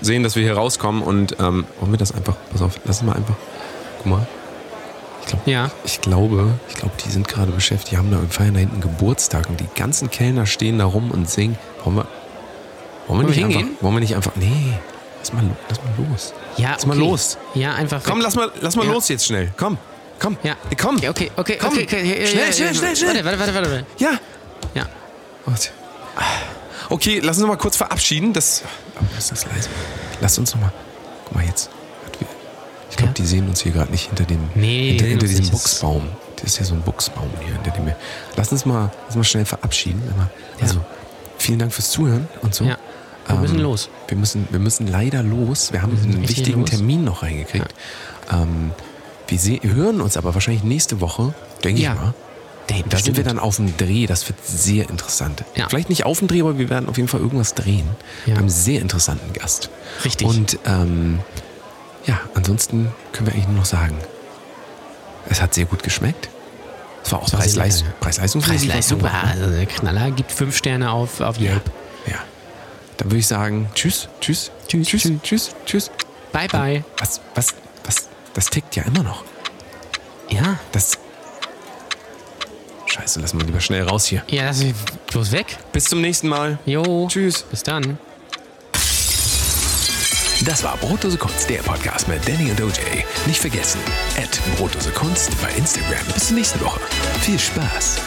B: sehen, dass wir hier rauskommen und ähm, wollen wir das einfach, pass auf, lass uns mal einfach. Guck mal,
C: Ja.
B: ich glaube, ich glaube, die sind gerade beschäftigt, die haben da und feiern da hinten Geburtstag und die ganzen Kellner stehen da rum und singen. Wollen wir, wollen wir nicht
C: hingehen?
B: einfach, wollen wir nicht einfach, nee, lass mal, lo- lass mal los.
C: Ja,
B: Lass mal
C: okay.
B: los.
C: Ja, einfach.
B: Komm,
C: weg.
B: lass mal, lass mal
C: Ja.
B: los jetzt schnell, komm, komm,
C: Ja.
B: komm.
C: Okay, okay, okay.
B: Komm.
C: okay, okay. Ja, ja,
B: Schnell,
C: ja,
B: schnell,
C: ja.
B: schnell, schnell.
C: Warte, warte, warte, warte.
B: Ja,
C: Ja.
B: Gott. Okay, lass uns noch mal kurz verabschieden. Das, oh, lass das leise. Lass uns noch mal. Guck mal jetzt. Ich glaube,
C: Ja?
B: die sehen uns hier gerade nicht hinter dem.
C: Nee,
B: hinter,
C: die sehen
B: hinter
C: uns
B: diesem
C: nicht.
B: Buchsbaum. Das ist ja so ein Buchsbaum hier, hinter dem wir. Lass uns mal, lass mal schnell verabschieden. Sag mal,
C: Ja.
B: Also, vielen Dank fürs Zuhören und so.
C: Ja. Wir
B: Ähm,
C: müssen los.
B: Wir müssen, wir müssen leider los. Wir haben einen
C: echt hier
B: wichtigen
C: los.
B: Termin noch reingekriegt. Ähm, wir se- hören uns aber wahrscheinlich nächste Woche, denke
C: Ja.
B: ich mal.
C: Dave,
B: Da sind wir
C: bestimmt.
B: dann auf dem Dreh, das wird sehr interessant.
C: Ja.
B: Vielleicht nicht auf dem Dreh, aber wir werden auf jeden Fall irgendwas drehen.
C: Ja.
B: Mit einem sehr interessanten Gast.
C: Richtig.
B: Und ähm, ja, ansonsten können wir eigentlich nur noch sagen, es hat sehr gut geschmeckt. Es war auch
C: war sehr
B: Preis-Leistung.
C: lecker.
B: Preis-Leistung.
C: Preis super. Also, der Knaller gibt fünf Sterne auf, auf
B: Ja.
C: Yelp.
B: ja. Dann würde ich sagen, tschüss, tschüss, tschüss, tschüss, tschüss, tschüss.
C: Bye, bye.
B: Was, was, was, das tickt ja immer noch.
C: Ja.
B: Das. Scheiße, lass mal lieber schnell raus hier.
C: Ja, lass mich bloß weg.
B: Bis zum nächsten Mal.
C: Jo.
B: Tschüss.
C: Bis dann.
A: Das war Brotdose Kunst, der Podcast mit Danny und OJ. Nicht vergessen, at Brotdose Kunst bei Instagram. Bis nächste Woche. Viel Spaß